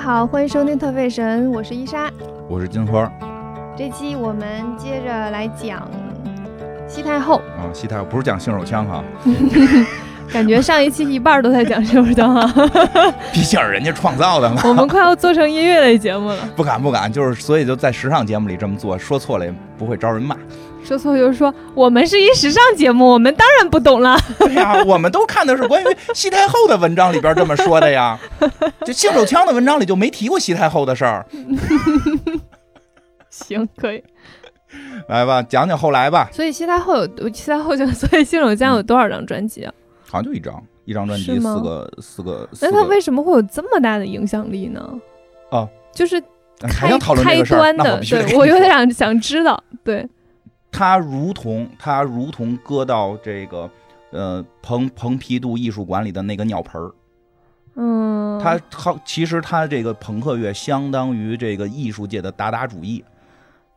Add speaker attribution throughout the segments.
Speaker 1: 好，欢迎收听特费神，我是伊莎。
Speaker 2: 我是金花
Speaker 1: 这期我们接着来讲西太后，
Speaker 2: 啊，西太后不是讲性手枪哈，
Speaker 1: 感觉上一期一半儿都在讲这部章啊，
Speaker 2: 毕竟是人家创造的嘛，
Speaker 1: 我们快要做成音乐类节目了。
Speaker 2: 不敢不敢，就是所以就在时尚节目里这么做，说错了也不会招 人骂。
Speaker 1: 说错就是说，我们是一时尚节目，我们当然不懂了。
Speaker 2: 对呀、我们都看的是关于西太后的文章里边这么说 的呀，这性手枪的文章里就没提过西太后的事儿。
Speaker 1: 行，可以。
Speaker 2: 来吧，讲讲后来吧，
Speaker 1: 所以西太后有西太后就，所以新手家有多少张专辑啊？
Speaker 2: 好像就一张。一张专辑
Speaker 1: 是吗
Speaker 2: 四个四个，四
Speaker 1: 那他
Speaker 2: 个
Speaker 1: 为什么会有这么大的影响力呢？
Speaker 2: 哦，
Speaker 1: 就是
Speaker 2: 还
Speaker 1: 开
Speaker 2: 想讨论这
Speaker 1: 开
Speaker 2: 个事儿，
Speaker 1: 端
Speaker 2: 那我
Speaker 1: 的，
Speaker 2: 必须得
Speaker 1: 对
Speaker 2: 跟
Speaker 1: 我
Speaker 2: 你
Speaker 1: 有
Speaker 2: 说
Speaker 1: 点想知道。对，
Speaker 2: 它如同它如同搁到这个呃蓬蓬皮杜艺术馆里的那个尿盆儿，
Speaker 1: 嗯，
Speaker 2: 它好其实它这个朋克乐相当于这个艺术界的达达主义，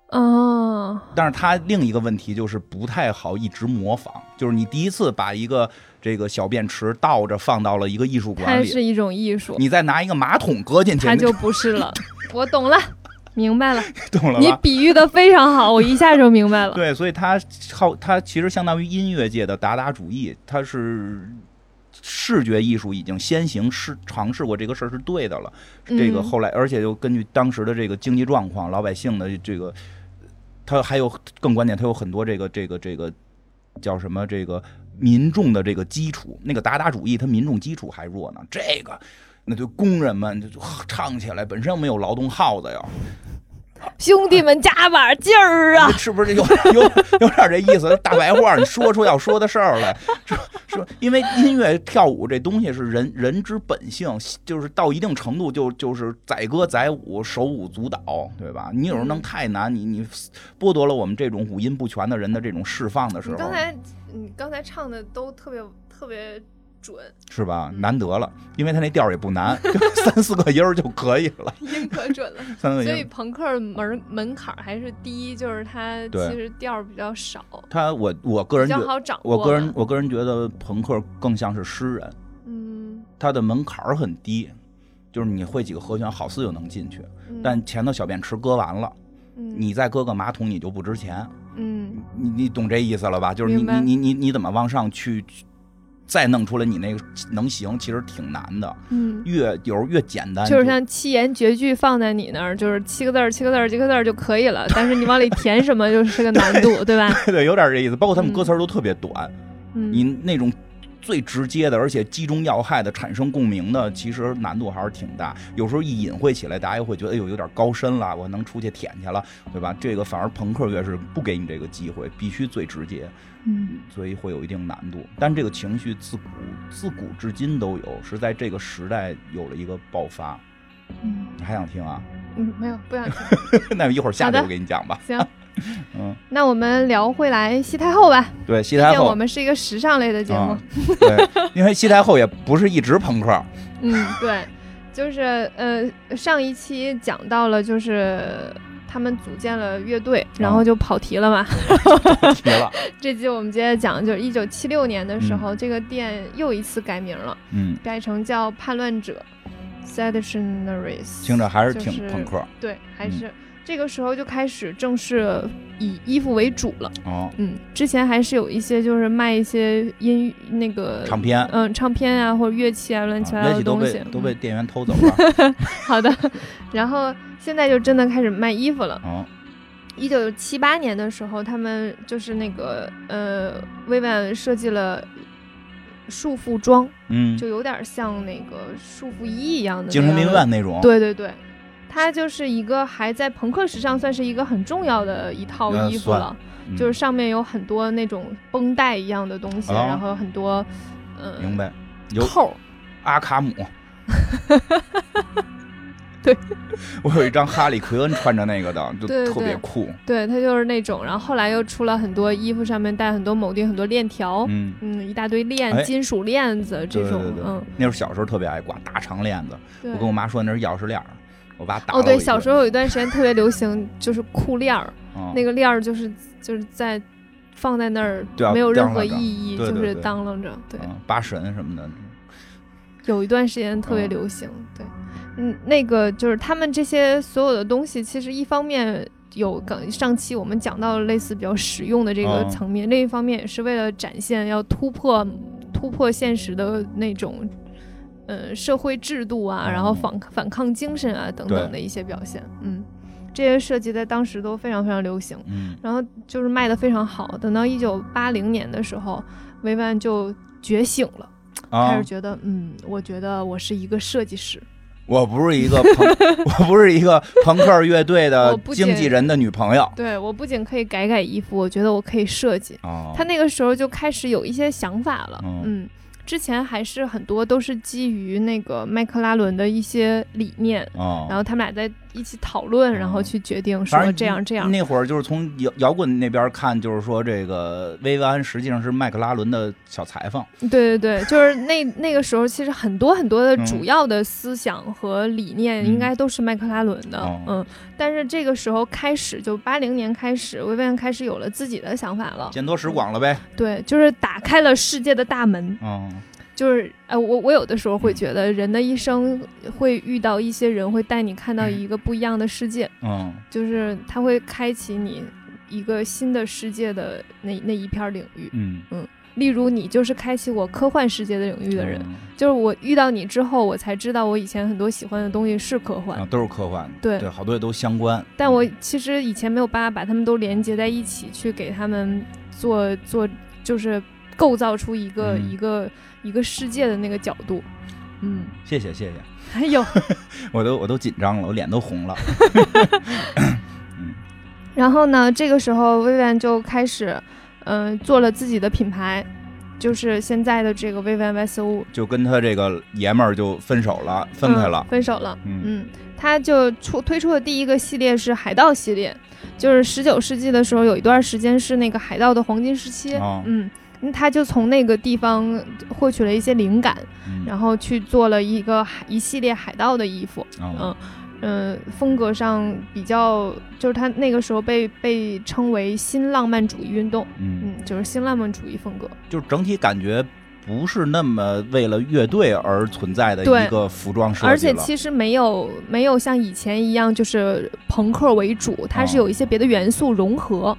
Speaker 1: 哦，
Speaker 2: 但是它另一个问题就是不太好一直模仿，就是你第一次把一个这个小便池倒着放到了一个艺术
Speaker 1: 它
Speaker 2: 馆里，
Speaker 1: 是一种艺术，
Speaker 2: 你再拿一个马桶搁进去，
Speaker 1: 它
Speaker 2: 你
Speaker 1: 就不是 了。我懂了，明白了，
Speaker 2: 懂了
Speaker 1: 你
Speaker 2: 吧？
Speaker 1: 比喻的非常好，我一下就明白了。
Speaker 2: 对，所以它好，它其实相当于音乐界的达达主义，它是视觉艺术已经先行试尝试过这个事儿是对的了。这个
Speaker 1: 嗯
Speaker 2: 后来，而且又根据当时的这个经济状况、老百姓的这个，它还有更关键，它有很多这个这个这个叫什么这个民众的这个基础，那个达达主义，它民众基础还弱呢。这个那对工人们就就唱起来，本身没有劳动号子呀，
Speaker 1: 兄弟们加把劲儿啊！
Speaker 2: 是不是有 有有点这意思？大白话，你说出要说的事儿来， 说说，因为音乐跳舞这东西是人人之本性，就是到一定程度就就是载歌载舞，手舞足蹈，对吧？你有时候弄太难，你你剥夺了我们这种五音不全的人的这种释放的时候，
Speaker 1: 你刚才唱的都特别特别准，
Speaker 2: 是吧？
Speaker 1: 嗯
Speaker 2: 难得了，因为他那调儿也不难， 就三四个音儿就可以 了，
Speaker 1: 音可准了。
Speaker 2: 三四个
Speaker 1: 所
Speaker 2: 音
Speaker 1: 以
Speaker 2: 儿。
Speaker 1: 朋克门门槛还是低，就是它
Speaker 2: 对
Speaker 1: 其实调儿比较少，
Speaker 2: 他我我个
Speaker 1: 比
Speaker 2: 人觉
Speaker 1: 较好掌握。
Speaker 2: 我个人，我个人觉得朋克更像是诗人。
Speaker 1: 嗯，
Speaker 2: 它的门槛儿很低，就是你会几个和弦，好似就能进去。
Speaker 1: 嗯
Speaker 2: 但前头小便池搁完了，
Speaker 1: 嗯
Speaker 2: 你再搁个马桶，你就不值钱。
Speaker 1: 嗯
Speaker 2: 你你懂这意思了吧？就是你
Speaker 1: 明白
Speaker 2: 你你你你怎么往上去，去再弄出来你那个能行，其实挺难的。
Speaker 1: 嗯，
Speaker 2: 越有时候越简单，
Speaker 1: 就是像七言绝句放在你那儿，就是七个字儿、七个字儿、七个字儿就可以了。但是你往里填什么就是个难度， 对吧？
Speaker 2: 对对，有点这意思。包括他们
Speaker 1: 嗯
Speaker 2: 歌词儿都特别短，
Speaker 1: 嗯，
Speaker 2: 你那种最直接的，而且击中要害的、产生共鸣的，其实难度还是挺大。有时候一隐晦起来，大家又会觉得哎呦有点高深了，我能出去舔去了，对吧？这个反而朋克乐是不给你这个机会，必须最直接，
Speaker 1: 嗯
Speaker 2: 所以会有一定难度。但这个情绪自古自古至今都有，是在这个时代有了一个爆发。
Speaker 1: 嗯
Speaker 2: 你还想听 啊？
Speaker 1: 嗯，没有不想听。
Speaker 2: 那一会儿下去
Speaker 1: 好的
Speaker 2: 我给你讲吧。
Speaker 1: 行，
Speaker 2: 嗯，
Speaker 1: 那我们聊回来西太后吧，
Speaker 2: 对，西
Speaker 1: 毕
Speaker 2: 太
Speaker 1: 竟我
Speaker 2: 后。
Speaker 1: 们是一个时尚类的节目
Speaker 2: 啊。、对，因为西太后也不是一直朋克，
Speaker 1: 嗯，对，就是呃，上一期讲到了就是。他们组建了乐队，然后
Speaker 2: 啊
Speaker 1: 就跑题了嘛。
Speaker 2: 提了，
Speaker 1: 这集我们接着讲，就是一九七六年的时候，这个店又一次改名了，
Speaker 2: 嗯，
Speaker 1: 改成叫叛乱者 （Seditionaries）。
Speaker 2: 听着还是
Speaker 1: 就
Speaker 2: 挺
Speaker 1: 是
Speaker 2: 朋克。
Speaker 1: 对，还
Speaker 2: 嗯
Speaker 1: 是、这个时候就开始正式以衣服为主了。
Speaker 2: 哦，
Speaker 1: 嗯，之前还是有一些就是卖一些音那个
Speaker 2: 唱片，
Speaker 1: 嗯唱片啊或者乐器啊乱七八
Speaker 2: 啊
Speaker 1: 糟
Speaker 2: 乐
Speaker 1: 的
Speaker 2: 器都
Speaker 1: 东
Speaker 2: 被
Speaker 1: 西，
Speaker 2: 都被店员偷走了。
Speaker 1: 嗯好的。然后现在就真的开始卖衣服了。
Speaker 2: 哦，
Speaker 1: 一九七八年的时候，他们就是那个呃，薇万设计了束缚装，
Speaker 2: 嗯，
Speaker 1: 就有点像那个束缚衣一样的
Speaker 2: 精神
Speaker 1: 那样
Speaker 2: 病
Speaker 1: 的
Speaker 2: 院那种。，
Speaker 1: 对对对，它就是一个还在朋克时尚算是一个很重要的一套
Speaker 2: 呃
Speaker 1: 衣服
Speaker 2: 算
Speaker 1: 了，就是上面有很多那种绷带一样的东西，
Speaker 2: 哦
Speaker 1: 然后很多嗯、
Speaker 2: 明白。有
Speaker 1: 扣儿，。
Speaker 2: 阿卡姆
Speaker 1: 对，
Speaker 2: 我有一张哈利奎恩穿着那个的，就
Speaker 1: 对对
Speaker 2: 特别酷。
Speaker 1: 对，它就是那种。然后后来又出了很多衣服上面带很多铆钉、很多链条，
Speaker 2: 嗯，
Speaker 1: 嗯，一大堆链，
Speaker 2: 哎
Speaker 1: 金属链子这
Speaker 2: 对
Speaker 1: 种
Speaker 2: 对，对
Speaker 1: 嗯，
Speaker 2: 那时候小时候特别爱挂大长链子，
Speaker 1: 对
Speaker 2: 我。跟我妈说那是钥匙链儿，我爸打了
Speaker 1: 哦，
Speaker 2: 我
Speaker 1: 对，
Speaker 2: 一
Speaker 1: 小
Speaker 2: 顿
Speaker 1: 时候有一段时间特别流行，就是裤链儿，
Speaker 2: 嗯
Speaker 1: 那个链儿就是就是在放在那儿
Speaker 2: 对啊，
Speaker 1: 没有任何
Speaker 2: 当啷着
Speaker 1: 意义，
Speaker 2: 对
Speaker 1: 就
Speaker 2: 对
Speaker 1: 是
Speaker 2: 对
Speaker 1: 当啷着，对，
Speaker 2: 嗯八神什么的，
Speaker 1: 有一段时间特别
Speaker 2: 嗯
Speaker 1: 流行，对。嗯，那个就是他们这些所有的东西，其实一方面有刚上期我们讲到类似比较实用的这个
Speaker 2: 嗯
Speaker 1: 层面，另一方面也是为了展现要突破突破现实的那种。呃，社会制度啊，然后
Speaker 2: 嗯
Speaker 1: 反反抗精神啊等等
Speaker 2: 对
Speaker 1: 的一些表现，嗯，这些设计在当时都非常非常流行。
Speaker 2: 嗯
Speaker 1: 然后就是卖的非常好。等到一九八零年的时候，维万就觉醒了，开
Speaker 2: 啊
Speaker 1: 始，觉得，嗯，我觉得我是一个设计师，
Speaker 2: 我不是一个 朋，我不是一个朋克乐队的
Speaker 1: 我不仅
Speaker 2: 经纪人的女朋友
Speaker 1: 对我不仅可以改改衣服，我觉得我可以设计。
Speaker 2: 啊。
Speaker 1: 他那个时候就开始有一些想法了，
Speaker 2: 嗯
Speaker 1: 嗯。之前还是很多都是基于那个麦克拉伦的一些理念，
Speaker 2: 啊，
Speaker 1: 然后他们俩在一起讨论，然后去决定
Speaker 2: 哦反
Speaker 1: 说
Speaker 2: 正
Speaker 1: 这样这样。
Speaker 2: 那会儿就是从摇摇滚那边看，就是说这个薇安实际上是麦克拉伦的小裁缝。
Speaker 1: 对对对，就是那那个时候，其实很多很多的
Speaker 2: 嗯
Speaker 1: 主要的思想和理念，
Speaker 2: 嗯
Speaker 1: 应该都是麦克拉伦的，
Speaker 2: 哦
Speaker 1: 嗯。但是这个时候开始，就八零年开始，维维安开始有了自己的想法了。
Speaker 2: 见多识广了呗。
Speaker 1: 对，就是打开了世界的大门。
Speaker 2: 嗯
Speaker 1: 就是，呃，我我有的时候会觉得，人的一生会遇到一些人，会带你看到一个不一样的世界，
Speaker 2: 嗯
Speaker 1: 就是他会开启你一个新的世界的那那一片领域。
Speaker 2: 嗯，
Speaker 1: 例如，你就是开启我科幻世界的领域的人。
Speaker 2: 嗯
Speaker 1: 就是我遇到你之后，我才知道我以前很多喜欢的东西是科幻，
Speaker 2: 啊，都是科幻的，
Speaker 1: 对
Speaker 2: 对，好多也都相关。嗯
Speaker 1: 但我其实以前没有办法把它们都连接在一起，去给他们做做，就是构造出一个、
Speaker 2: 嗯
Speaker 1: 一个一个世界的那个角度。嗯，
Speaker 2: 谢谢谢谢，
Speaker 1: 还 有，
Speaker 2: 我都我都紧张了，我脸都红了。
Speaker 1: 然后呢，这个时候薇薇安就开始，嗯、做了自己的品牌，就是现在的这个薇薇安 Westwood。
Speaker 2: 就跟他这个爷们儿就分手了，分开了
Speaker 1: 嗯。分手了。
Speaker 2: 嗯
Speaker 1: 嗯，他就出推出的第一个系列是海盗系列，就是十九世纪的时候有一段时间是那个海盗的黄金时期，
Speaker 2: 哦
Speaker 1: 嗯。嗯他就从那个地方获取了一些灵感，
Speaker 2: 嗯
Speaker 1: 然后去做了一个海一系列海盗的衣服，
Speaker 2: 嗯
Speaker 1: 嗯、风格上比较，就是他那个时候被被称为新浪漫主义运动，
Speaker 2: 嗯，
Speaker 1: 嗯，就是新浪漫主义风格。
Speaker 2: 就是整体感觉不是那么为了乐队而存在的
Speaker 1: 对
Speaker 2: 一个服装设计了。
Speaker 1: 而且其实没有没有像以前一样就是朋克为主，它是有一些别的元素融合，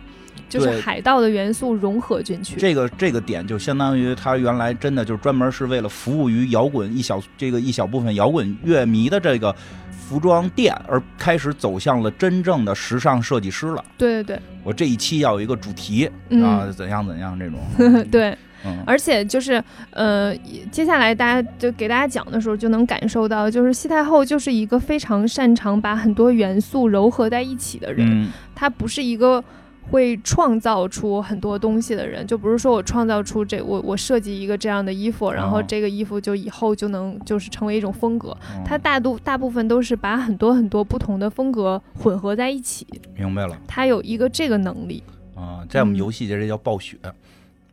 Speaker 1: 就是
Speaker 2: 哦对
Speaker 1: 海盗的元素融合进去。
Speaker 2: 这个这个点就相当于他原来真的就是专门是为了服务于摇滚一小这个一小部分摇滚乐迷的这个服装店，而开始走向了真正的时尚设计师了。
Speaker 1: 对对
Speaker 2: 我这一期要有一个主题
Speaker 1: 对，
Speaker 2: 啊，
Speaker 1: 嗯，。
Speaker 2: 怎样怎样这种
Speaker 1: 对，
Speaker 2: 嗯，
Speaker 1: 而且就是呃，接下来大家就给大家讲的时候就能感受到，就是西太后就是一个非常擅长把很多元素糅合在一起的人，
Speaker 2: 嗯
Speaker 1: 他不是一个会创造出很多东西的人，就不是说我创造出这我我设计一个这样的衣服，然后
Speaker 2: 哦
Speaker 1: 这个衣服就以后就能就是成为一种风格。
Speaker 2: 嗯
Speaker 1: 他大度大部分都是把很多很多不同的风格混合在一起，
Speaker 2: 明白了
Speaker 1: 他有一个这个能力，
Speaker 2: 啊，在我们
Speaker 1: 嗯
Speaker 2: 游戏界这叫暴雪，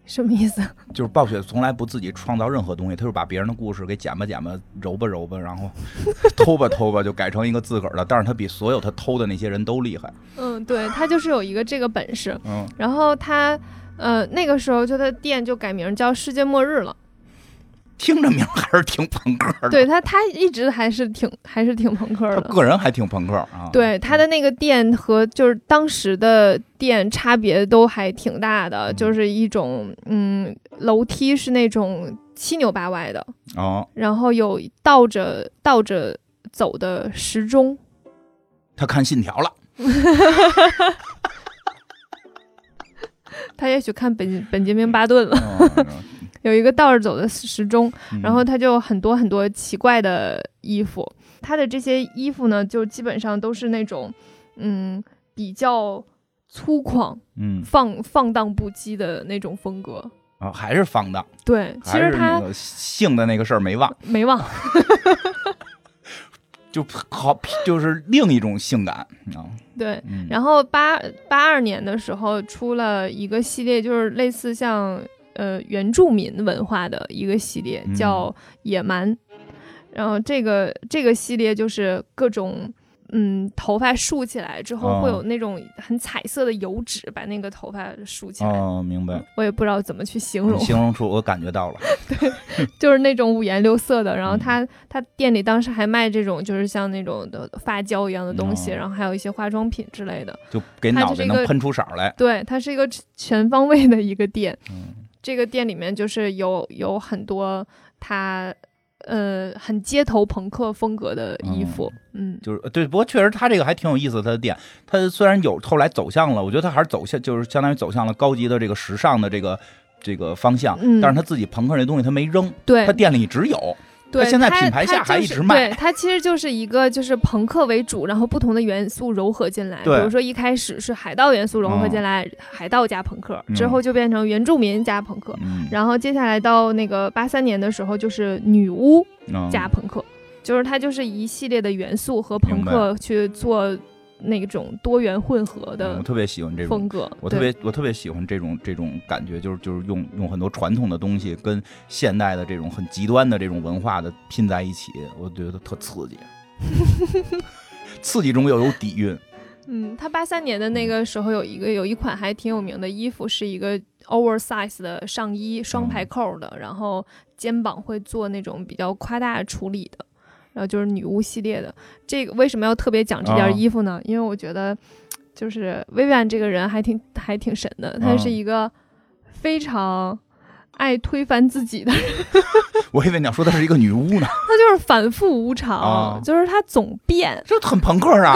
Speaker 1: 什么意思？
Speaker 2: 就是暴雪从来不自己创造任何东西，他就是把别人的故事给剪吧剪吧、揉吧揉吧，然后偷吧偷吧，就改成一个自个儿的。但是他比所有他偷的那些人都厉害。
Speaker 1: 嗯，对他就是有一个这个本事。
Speaker 2: 嗯，
Speaker 1: 然后他呃那个时候就他的店就改名叫世界末日了。
Speaker 2: 听着名儿还是挺朋克的。
Speaker 1: 对他他一直还是挺还是挺朋克
Speaker 2: 他
Speaker 1: 的。
Speaker 2: 个人还挺朋克啊。，
Speaker 1: 对，它的那个店和就是当时的店差别都还挺大的，
Speaker 2: 嗯
Speaker 1: 就是一种嗯，楼梯是那种七扭八歪的，
Speaker 2: 哦，
Speaker 1: 然后有倒着倒着走的时钟。
Speaker 2: 他看信条 了。
Speaker 1: 他也许看本本杰明巴顿了，
Speaker 2: 哦
Speaker 1: 有一个倒着走的时钟，
Speaker 2: 嗯
Speaker 1: 然后他就有很多很多奇怪的衣服，他的这些衣服呢，就基本上都是那种，嗯，比较粗犷、
Speaker 2: 嗯
Speaker 1: 放放荡不羁的那种风格。
Speaker 2: 啊，还是放荡，
Speaker 1: 对，其
Speaker 2: 还
Speaker 1: 实
Speaker 2: 是
Speaker 1: 他
Speaker 2: 那个性的那个事儿没忘，
Speaker 1: 没 忘，
Speaker 2: 就好就是另一种性感啊。
Speaker 1: 对。
Speaker 2: 嗯，
Speaker 1: 然后八八二年的时候出了一个系列，就是类似像呃原住民文化的一个系列，
Speaker 2: 嗯
Speaker 1: 叫《野蛮》。然后这个这个系列就是各种嗯头发竖起来之后，
Speaker 2: 哦
Speaker 1: 会有那种很彩色的油脂把那个头发竖起来。
Speaker 2: 哦，明白。
Speaker 1: 我也不知道怎么去形容
Speaker 2: 你，形容出我感觉到了，
Speaker 1: 就是那种五颜六色的。然后
Speaker 2: 嗯
Speaker 1: 他他店里当时还卖这种，就是像那种的发胶一样的东西，
Speaker 2: 哦
Speaker 1: 然后还有一些化妆品之类的。
Speaker 2: 就给脑袋
Speaker 1: 它是一
Speaker 2: 能
Speaker 1: 个
Speaker 2: 喷出色儿来。
Speaker 1: 对，它是一个全方位的一个店。
Speaker 2: 嗯，
Speaker 1: 这个店里面就是有有很多他呃很街头朋克风格的衣服，
Speaker 2: 哦
Speaker 1: 嗯
Speaker 2: 就是对，不过确实他这个还挺有意思。他的店，他虽然有后来走向了，我觉得他还是走向，就是相当于走向了高级的这个时尚的这个这个方向。
Speaker 1: 嗯
Speaker 2: 但是他自己朋克这东西他没扔，
Speaker 1: 对
Speaker 2: 他店里一直有。
Speaker 1: 对，
Speaker 2: 它现在
Speaker 1: 它
Speaker 2: 品牌
Speaker 1: 它
Speaker 2: 下还
Speaker 1: 就
Speaker 2: 一
Speaker 1: 是
Speaker 2: 直卖
Speaker 1: 对，它其实就是一个就是朋克为主，然后不同的元素糅合进来。比
Speaker 2: 对
Speaker 1: 如说一开始是海盗元素糅合进来，海盗加朋克，之
Speaker 2: 嗯
Speaker 1: 后就变成原住民加朋克，
Speaker 2: 嗯，
Speaker 1: 然后接下来到那个八三年的时候就是女巫
Speaker 2: 嗯
Speaker 1: 加朋克，就是它就是一系列的元素和朋
Speaker 2: 明白
Speaker 1: 克去做那种多元混合
Speaker 2: 嗯我
Speaker 1: 的
Speaker 2: 特别喜欢这种
Speaker 1: 风格。
Speaker 2: 我特
Speaker 1: 对
Speaker 2: 别我特别喜欢这种这种感觉，就是就是用用很多传统的东西跟现代的这种很极端的这种文化的拼在一起，我觉得特 刺激，刺激中又有底蕴。
Speaker 1: 嗯，他八三年的那个时候有一个有一款还挺有名的衣服，是一个 oversize 的上衣，双
Speaker 2: 嗯
Speaker 1: 排扣的，然后肩膀会做那种比较夸大处理的，然后就是女巫系列的。这个为什么要特别讲这
Speaker 2: 啊
Speaker 1: 件衣服呢？因为我觉得，就是薇薇安这个人还挺还挺神的，她
Speaker 2: 啊
Speaker 1: 是一个非常爱推翻自己的
Speaker 2: 我以为你要说她是一个女巫呢，
Speaker 1: 她就是反复无常，
Speaker 2: 啊
Speaker 1: 就是她总变，
Speaker 2: 这很朋克 啊。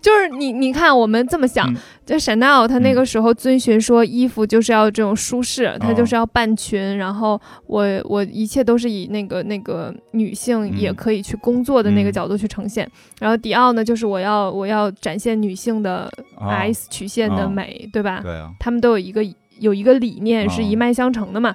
Speaker 1: 就是你，你看我们这么想
Speaker 2: 嗯，
Speaker 1: 就 Chanel 他那个时候遵循说衣服就是要这种舒适，它
Speaker 2: 哦
Speaker 1: 就是要半裙，然后我我一切都是以那个那个女性
Speaker 2: 嗯
Speaker 1: 也可以去工作的那个
Speaker 2: 嗯
Speaker 1: 角度去呈现。然后迪奥呢，就是我要我要展现女性的
Speaker 2: 啊
Speaker 1: S 曲线的
Speaker 2: 啊
Speaker 1: 美，对吧？
Speaker 2: 对啊，
Speaker 1: 他们都有一个有一个理念是一脉相承的嘛。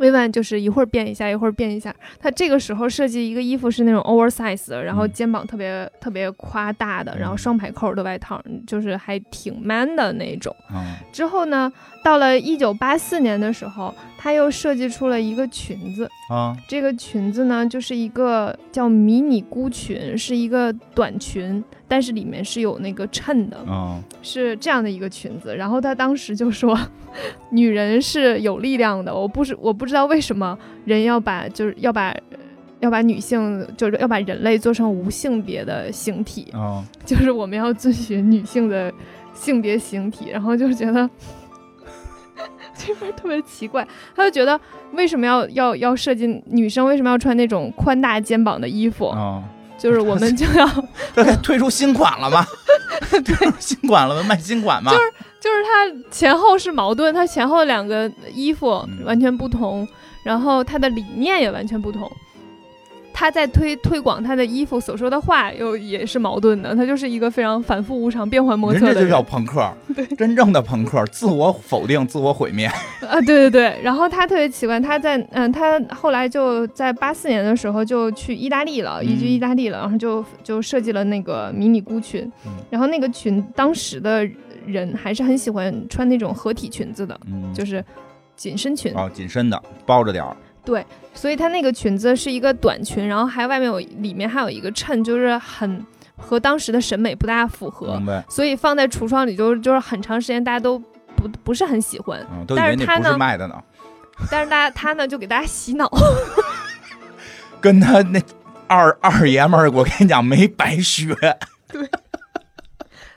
Speaker 1: 薇薇安就是一会儿变一下，一会儿变一下。她这个时候设计一个衣服是那种 oversize 的，然后
Speaker 2: 嗯
Speaker 1: 肩膀特别、特别夸大的，
Speaker 2: 嗯
Speaker 1: 然后双排扣的外套，就是还挺 man 的那种。
Speaker 2: 嗯
Speaker 1: 之后呢，到了一九八四年的时候，她又设计出了一个裙子，
Speaker 2: 啊
Speaker 1: 这个裙子呢，就是一个叫迷你菇裙，是一个短裙，但是里面是有那个衬的。
Speaker 2: 嗯
Speaker 1: 是这样的一个裙子，然后她当时就说， 女人是有力量的，我不是我不知道为什么人要把就是要把要把女性就是要把人类做成无性别的形体，
Speaker 2: 嗯，
Speaker 1: 就是我们要遵循女性的性别形体，然后就觉得 这边特别奇怪，他就觉得为什么要要要设计女生为什么要穿那种宽大肩膀的衣服，
Speaker 2: 啊，
Speaker 1: 就是我们就要
Speaker 2: 这该推出新款了吗？ 推出新款了吗？卖新款吗？
Speaker 1: 就是它前后是矛盾，它前后两个衣服
Speaker 2: 嗯
Speaker 1: 完全不同，然后它的理念也完全不同。他在推推广他的衣服所说的话又也是矛盾的，他就是一个非常反复无常、变幻莫
Speaker 2: 人
Speaker 1: 测
Speaker 2: 这
Speaker 1: 的
Speaker 2: 就
Speaker 1: 人
Speaker 2: 叫朋克，真正的朋克，自我否定、自我毁灭。
Speaker 1: 啊，对对对。然后他特别奇怪，他在嗯，他后来就在八四年的时候就去意大利了，移居
Speaker 2: 嗯
Speaker 1: 意大利了，然后就就设计了那个迷你菇裙
Speaker 2: 嗯，
Speaker 1: 然后那个裙当时的人还是很喜欢穿那种合体裙子的，
Speaker 2: 嗯，
Speaker 1: 就是紧身裙，
Speaker 2: 哦，紧身的，包着点儿。
Speaker 1: 所以它那个裙子是一个短裙，然后还外面有里面还有一个衬，就是很和当时的审美不大符合，
Speaker 2: 明白。
Speaker 1: 所以放在橱窗里就就是很长时间大家都不不是很喜欢，
Speaker 2: 嗯，都以
Speaker 1: 但
Speaker 2: 为
Speaker 1: 是
Speaker 2: 那
Speaker 1: 他
Speaker 2: 不是
Speaker 1: 呢
Speaker 2: 卖的呢，
Speaker 1: 但是大家他呢就给大家洗脑，
Speaker 2: 跟他那二二爷们儿，我跟你讲没白学。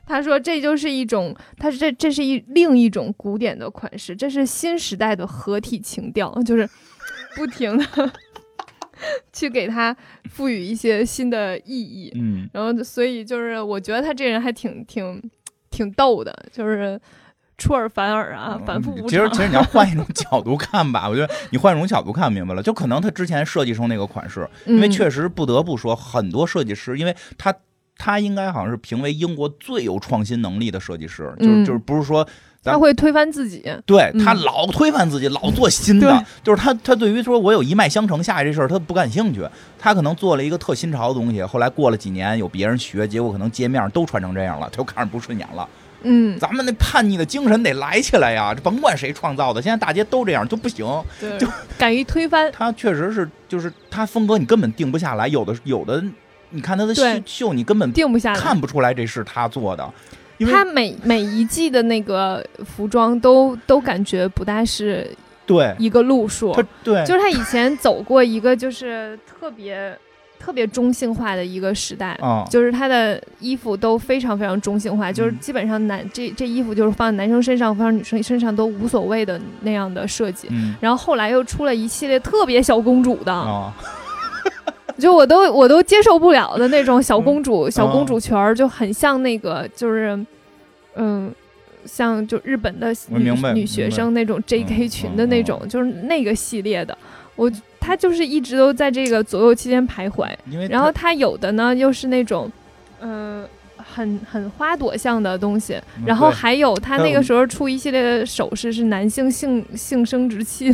Speaker 1: 他说这就是一种，他是这这是一另一种古典的款式，这是新时代的合体情调， 就是不停的 去给它赋予一些新的意义。
Speaker 2: 嗯，
Speaker 1: 然后所以就是我觉得他这人还挺挺挺逗的，就是出尔反尔啊，反复无
Speaker 2: 嗯其实
Speaker 1: 常。
Speaker 2: 其实你要换一种角度看吧，我觉得你换一种角度看明白了，就可能他之前设计成那个款式，因为
Speaker 1: 嗯
Speaker 2: 确实不得不说，很多设计师，因为他他应该好像是评为英国最有创新能力的设计师，就是
Speaker 1: 嗯
Speaker 2: 就是不是说咱
Speaker 1: 他会推翻自己，
Speaker 2: 对他
Speaker 1: 嗯
Speaker 2: 老推翻自己，老做新的
Speaker 1: 对，
Speaker 2: 就是他他对于说我有一脉相承下来这事儿，他不感兴趣。他可能做了一个特新潮的东西，后来过了几年有别人学，结果可能街面都穿成这样了，他又看着不顺眼了。
Speaker 1: 嗯，
Speaker 2: 咱们那叛逆的精神得来起来呀，这甭管谁创造的，现在大街都这样就不行。
Speaker 1: 对，敢于推翻，
Speaker 2: 他确实是，就是他风格你根本定不下来，有的有的你看他的
Speaker 1: 对
Speaker 2: 秀秀，你根本
Speaker 1: 定不下来。
Speaker 2: 看不出来这是他做的，因为
Speaker 1: 他每每一季的那个服装都都感觉不大是
Speaker 2: 对
Speaker 1: 一个路数，
Speaker 2: 他对
Speaker 1: 就是他以前走过一个就是特别特别中性化的一个时代。
Speaker 2: 啊，
Speaker 1: 就是他的衣服都非常非常中性化，就是
Speaker 2: 嗯
Speaker 1: 基本上男这这衣服就是放在男生身上，放在女生身上都无所谓的那样的设计。
Speaker 2: 嗯
Speaker 1: 然后后来又出了一系列特别小公主的，
Speaker 2: 啊，
Speaker 1: 就我都我都接受不了的那种小公主、小
Speaker 2: 哦
Speaker 1: 公主裙儿，就很像那个就是，嗯，像就日本的
Speaker 2: 我
Speaker 1: 女
Speaker 2: 明白嗯
Speaker 1: 女
Speaker 2: 明
Speaker 1: 学
Speaker 2: 白
Speaker 1: 生那种 J.K. 裙的那种，就是那个系列的。我她就是一直都在这个左右期间徘徊，
Speaker 2: 因为
Speaker 1: 然后
Speaker 2: 他
Speaker 1: 她有的呢又是那种，嗯、很很花朵像的东西，
Speaker 2: 嗯
Speaker 1: 然后
Speaker 2: 对
Speaker 1: 还有她
Speaker 2: 还
Speaker 1: 那
Speaker 2: 有嗯
Speaker 1: 个时候出一系列的首饰是男性性性生殖器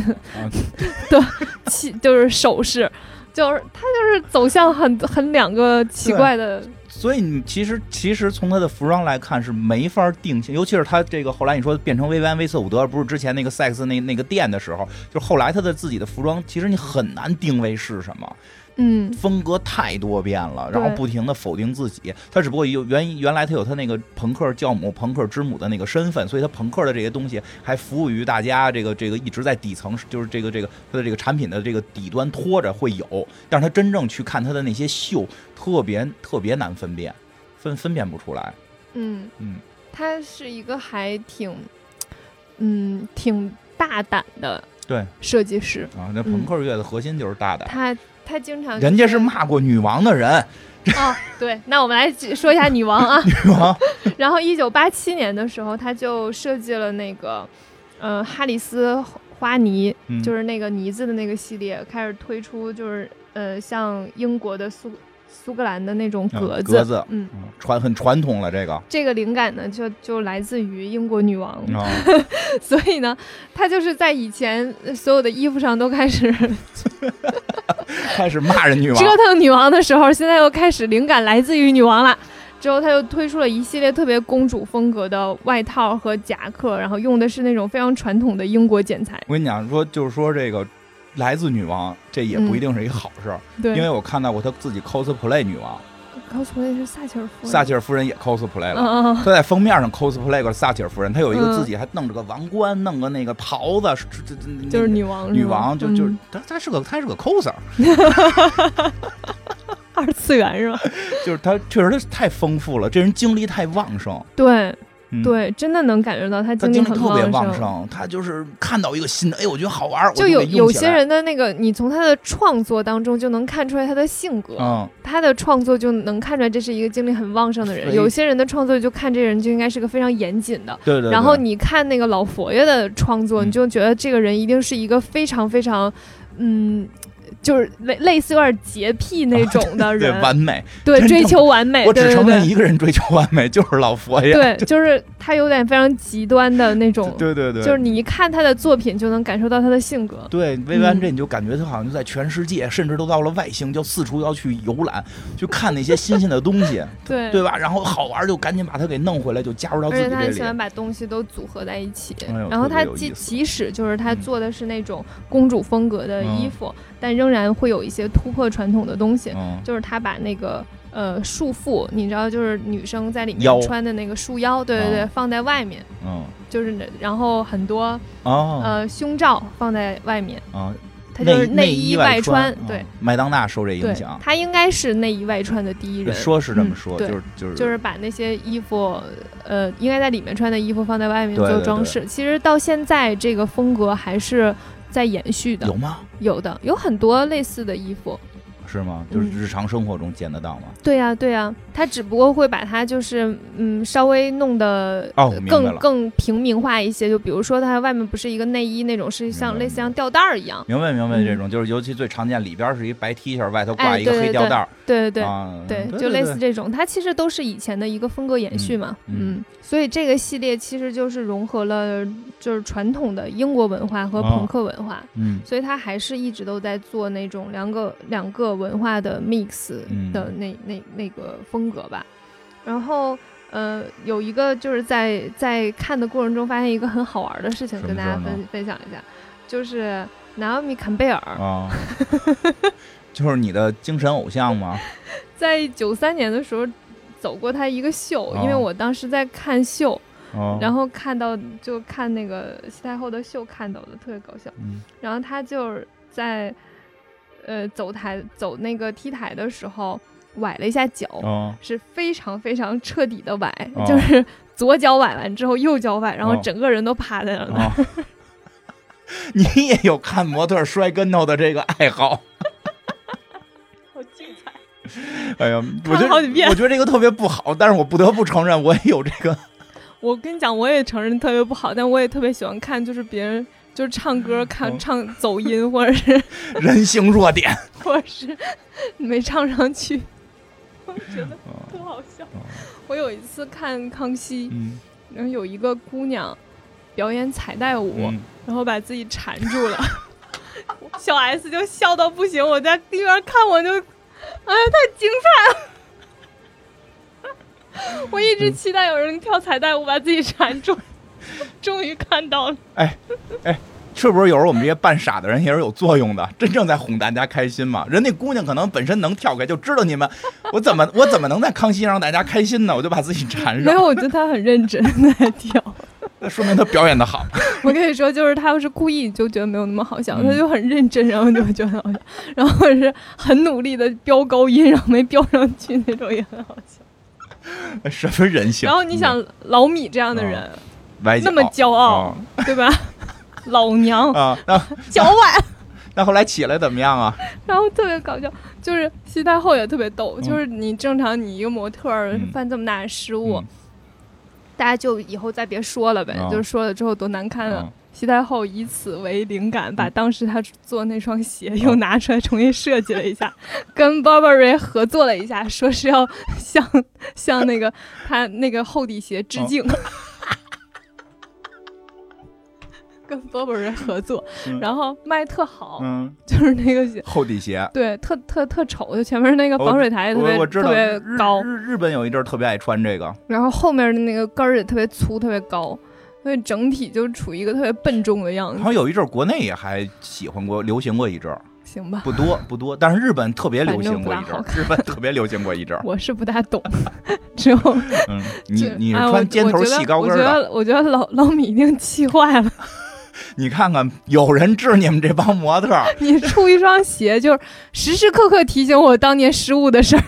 Speaker 1: 的
Speaker 2: 啊
Speaker 1: 器，就是首饰，就是她就是走向很很两个奇
Speaker 2: 对
Speaker 1: 怪的，
Speaker 2: 所以你其实其实从他的服装来看是没法定性，尤其是他这个后来你说变成薇薇安威瑟伍德，不是之前那个 Sex 那那个店的时候，就是后来他的自己的服装，其实你很难定位是什么，
Speaker 1: 嗯，
Speaker 2: 风格太多变了，
Speaker 1: 对
Speaker 2: 然后不停的否定自己。他只不过有原原来他有他那个朋克教母、朋克之母的那个身份，所以他朋克的这些东西还服务于大家这个这个一直在底层，就是这个这个他的这个产品的这个底端拖着会有，但是他真正去看他的那些秀，特别特别难分辨，分分辨不出来。
Speaker 1: 嗯
Speaker 2: 嗯，
Speaker 1: 他是一个还挺，嗯，挺大胆的
Speaker 2: 对
Speaker 1: 设计师。
Speaker 2: 啊，那朋克乐的核心就是大胆，
Speaker 1: 他他经常就
Speaker 2: 人家是骂过女王 的人，
Speaker 1: 哦，对，那我们来说一下女王啊。
Speaker 2: 女王
Speaker 1: 然后一九八七年的时候，他就设计了那个，呃，哈里斯花呢，
Speaker 2: 嗯
Speaker 1: 就是那个呢子的那个系列，开始推出就是呃，像英国的苏苏格兰的那种
Speaker 2: 嗯
Speaker 1: 格子，
Speaker 2: 格子
Speaker 1: 嗯。
Speaker 2: 嗯传很传统了， 这个
Speaker 1: 这个灵感呢，就就来自于英国女王，
Speaker 2: 啊，
Speaker 1: 所以呢，她就是在以前呃所有的衣服上都开始
Speaker 2: 开始骂人女王。
Speaker 1: 折腾女王的时候，现在又开始灵感来自于女王了。之后，他又推出了一系列特别公主风格的外套和夹克，然后用的是那种非常传统的英国剪裁。
Speaker 2: 我跟你讲说，就是说这个来自女王，这也不一定是一好事儿，
Speaker 1: 嗯对，
Speaker 2: 因为我看到过她自己 cosplay 女王，
Speaker 1: cosplay 是撒切尔夫人，
Speaker 2: 撒切尔夫人也 cosplay
Speaker 1: 嗯
Speaker 2: 了。
Speaker 1: 嗯嗯，
Speaker 2: 她在封面上 cosplay 过撒切尔夫人，她有一
Speaker 1: 嗯
Speaker 2: 个自己还弄着个王冠，弄个那个袍子，是这这这
Speaker 1: 就是嗯
Speaker 2: 那
Speaker 1: 女王，
Speaker 2: 女
Speaker 1: 是吧
Speaker 2: 王，就就是
Speaker 1: 嗯
Speaker 2: 她她是个她是个 coser，
Speaker 1: 二次元是吧？
Speaker 2: 就是她确实她太丰富了，这人精力太旺盛，
Speaker 1: 对
Speaker 2: 嗯，
Speaker 1: 对，真的能感觉到他
Speaker 2: 她
Speaker 1: 精
Speaker 2: 精力
Speaker 1: 很
Speaker 2: 特别旺
Speaker 1: 盛。
Speaker 2: 盛，她就是看到一个新的，哎，我觉得好玩儿，我
Speaker 1: 就有
Speaker 2: 给用
Speaker 1: 有
Speaker 2: 起
Speaker 1: 些
Speaker 2: 来，
Speaker 1: 人的那个，你从他的创作当中就能看出来他的性格，
Speaker 2: 嗯，
Speaker 1: 他的创作就能看出来这是一个精力很旺盛的人。
Speaker 2: 非
Speaker 1: 有些人的创作就看这人就应该是个非常严谨的。
Speaker 2: 对对对，
Speaker 1: 然后你看那个老佛爷的创作，
Speaker 2: 嗯
Speaker 1: 你就觉得这个人一定是一个非常非常，嗯，就是类类似有点洁癖那种的
Speaker 2: 对
Speaker 1: 人，
Speaker 2: 完美，
Speaker 1: 对
Speaker 2: 真正
Speaker 1: 追求完美，
Speaker 2: 我
Speaker 1: 对
Speaker 2: 只
Speaker 1: 对
Speaker 2: 承认
Speaker 1: 对，
Speaker 2: 一个人追求完美，就是老佛爷。
Speaker 1: 对，就是他有点非常极端的那种，
Speaker 2: 对对对，
Speaker 1: 就是你一看他的作品就能感受到他的性格。
Speaker 2: 对薇薇安
Speaker 1: 嗯
Speaker 2: 这，你就感觉他好像就在全世界，甚至都到了外星，就四处要去游览，去看那些新鲜的东西，
Speaker 1: 对，
Speaker 2: 对吧？然后好玩就赶紧把它给弄回来，就加入到
Speaker 1: 而
Speaker 2: 自己
Speaker 1: 且他
Speaker 2: 这
Speaker 1: 很喜欢
Speaker 2: 里。
Speaker 1: 把东西都组合在一起，
Speaker 2: 哎呦
Speaker 1: 然后
Speaker 2: 特
Speaker 1: 他
Speaker 2: 别有
Speaker 1: 即
Speaker 2: 意思
Speaker 1: 即使就是他
Speaker 2: 嗯
Speaker 1: 做的是那种公主风格的衣
Speaker 2: 嗯
Speaker 1: 服，但仍然会有一些突破传统的东西。
Speaker 2: 嗯，
Speaker 1: 就是他把那个呃束缚，你知道，就是女生在里面
Speaker 2: 腰
Speaker 1: 穿的那个束腰，对对对，
Speaker 2: 哦
Speaker 1: 放在外面，
Speaker 2: 嗯，
Speaker 1: 就是那然后很多
Speaker 2: 哦，
Speaker 1: 呃胸罩放在外面，
Speaker 2: 啊，
Speaker 1: 它就是
Speaker 2: 内
Speaker 1: 衣
Speaker 2: 衣
Speaker 1: 外
Speaker 2: 穿，嗯
Speaker 1: 对。
Speaker 2: 麦当娜受这
Speaker 1: 对
Speaker 2: 影响，，
Speaker 1: 他应该是内衣外穿的第一人，
Speaker 2: 说是这么
Speaker 1: 嗯
Speaker 2: 说，
Speaker 1: 对
Speaker 2: 就是就是
Speaker 1: 就是把那些衣服，呃，应该在里面穿的衣服放在外面
Speaker 2: 对
Speaker 1: 做
Speaker 2: 对
Speaker 1: 装
Speaker 2: 对
Speaker 1: 饰。其实到现在这个风格还是在延续的，
Speaker 2: 有吗？
Speaker 1: 有的有很多类似的衣服。
Speaker 2: 是吗？就是
Speaker 1: 嗯
Speaker 2: 日常生活中见得到吗？
Speaker 1: 对呀、对呀、他只不过会把它就是嗯稍微弄得
Speaker 2: 哦，我明白
Speaker 1: 更
Speaker 2: 了，
Speaker 1: 更平民化一些，就比如说它外面不是一个内衣那种，是像
Speaker 2: 明白
Speaker 1: 类似像吊带儿一样。
Speaker 2: 明白明白，这
Speaker 1: 嗯
Speaker 2: 种就是尤其最常见，里边是一白 T 恤，外头
Speaker 1: 哎
Speaker 2: 挂一个
Speaker 1: 对对对
Speaker 2: 黑吊带儿，
Speaker 1: 对对
Speaker 2: 啊
Speaker 1: 对对，
Speaker 2: 对，
Speaker 1: 就类似
Speaker 2: 对
Speaker 1: 这种，它其实都是以前的一个风格延续嘛。
Speaker 2: 嗯嗯
Speaker 1: 嗯，所以这个系列其实就是融合了就是传统的英国文化和
Speaker 2: 哦
Speaker 1: 朋克文化。
Speaker 2: 嗯
Speaker 1: 所以它还是一直都在做那种两个两个文化的 mix
Speaker 2: 嗯
Speaker 1: 的那、那那个风格吧。然后呃，有一个就是在在看的过程中发现一个很好玩的事情，
Speaker 2: 什么
Speaker 1: 跟大家
Speaker 2: 事儿呢
Speaker 1: 分分享一下，就是 Naomi 坎贝尔，
Speaker 2: 啊，就是你的精神偶像吗？
Speaker 1: 在九三年的时候走过他一个秀，因为
Speaker 2: 哦
Speaker 1: 我当时在看秀，
Speaker 2: 哦，
Speaker 1: 然
Speaker 2: 后
Speaker 1: 后看到就看那个西太后的秀，看到的特别搞笑。
Speaker 2: 嗯
Speaker 1: 然后他就是在呃走台走那个 T 台的时候崴了一下脚，
Speaker 2: 哦
Speaker 1: 是非常非常彻底的崴，
Speaker 2: 哦
Speaker 1: 就是左脚崴完之后右脚崴，然后
Speaker 2: 哦
Speaker 1: 整个人都趴在那儿了。
Speaker 2: 哦， 你也有看模特摔跟头的这个爱好？
Speaker 1: 好精彩！
Speaker 2: 哎呀，我
Speaker 1: 看
Speaker 2: 觉得
Speaker 1: 了好几遍
Speaker 2: 我觉得这个特别不好，但是我不得不承认，我也有这 个。
Speaker 1: 我跟你讲，我也承认特别不好，但我也特别喜欢看，就是别人就是唱歌看、
Speaker 2: 哦
Speaker 1: 唱走音，或者是
Speaker 2: 人性弱点。
Speaker 1: 或者是没唱上去， 我觉得特好笑。我有一次看康熙，
Speaker 2: 哦嗯，
Speaker 1: 然后有一个姑娘表演彩带舞，
Speaker 2: 嗯
Speaker 1: 然后把自己缠住了。 小 S 就笑到不行，我在一边看我就，哎呀，太精彩了！我 一直期待有人跳彩带舞把自己缠住， 终于看到了。
Speaker 2: 是不是有时候我们这些扮傻的人也是有作用的？真正在哄大家开心嘛？人那姑娘可能本身能跳开，就知道你们，我怎么我怎么能在康熙让大家开心呢？我就把自己缠
Speaker 1: 没
Speaker 2: 上
Speaker 1: 有，，我觉得他很认真在跳。
Speaker 2: 那说明她表演的好。
Speaker 1: 我跟你说，就是他要是故意就觉得没有那么好笑，
Speaker 2: 嗯
Speaker 1: 他就很认真，然后就觉得很好笑，然后是很努力的飙高音，然后没飙上去那种也很好笑。
Speaker 2: 什么人性？嗯
Speaker 1: 然后你想老米这样的人，
Speaker 2: 歪
Speaker 1: 那么骄傲，对吧？ 老娘
Speaker 2: 啊啊？那
Speaker 1: 脚崴，
Speaker 2: 那后来起来怎么样啊？
Speaker 1: 然后特别搞笑，就是西太后也特别逗，
Speaker 2: 嗯
Speaker 1: 就是你正常你一个模特儿
Speaker 2: 嗯
Speaker 1: 犯这么大的失误，
Speaker 2: 嗯
Speaker 1: 大家就以后再别说了呗，
Speaker 2: 哦
Speaker 1: 就是说了之后多难看啊。
Speaker 2: 嗯
Speaker 1: 西太后以此为灵感，把当时她做那双鞋又拿出来重新设计了一下， 跟 Burberry 合作了一下，说是要向向那个她那个厚底鞋
Speaker 2: 哦
Speaker 1: 致 敬。跟 Burberry 合作，
Speaker 2: 嗯
Speaker 1: 然后卖特好，
Speaker 2: 嗯，
Speaker 1: 就是那个鞋，
Speaker 2: 厚底鞋。
Speaker 1: 对，特特特丑，就前面那个
Speaker 2: 我
Speaker 1: 防水哎台也特别
Speaker 2: 哦我我知道，
Speaker 1: 特别
Speaker 2: 日
Speaker 1: 高，
Speaker 2: 日日本有一阵儿特别爱穿这个，
Speaker 1: 然后后面的那个跟儿也特别粗，特别高，所以整体就处于一个特别笨重的样
Speaker 2: 好
Speaker 1: 子。
Speaker 2: 像有一阵儿国内也还喜欢过，流行过一阵儿，
Speaker 1: 行吧，
Speaker 2: 不多不多，但是日本特别流
Speaker 1: 反正
Speaker 2: 行
Speaker 1: 不
Speaker 2: 过
Speaker 1: 大
Speaker 2: 一阵儿
Speaker 1: 好，
Speaker 2: 日本特别流行过一阵儿。
Speaker 1: 我是不大懂，只有
Speaker 2: 嗯，你
Speaker 1: 就
Speaker 2: 你是
Speaker 1: 哎我
Speaker 2: 穿尖头细高跟
Speaker 1: 我
Speaker 2: 儿
Speaker 1: 觉
Speaker 2: 的，
Speaker 1: 得我觉得我觉得老老米一定气坏了。
Speaker 2: 你看看有人治你们这帮模特儿，
Speaker 1: 你出一双鞋，就是时时刻刻提醒我当年失误的事儿。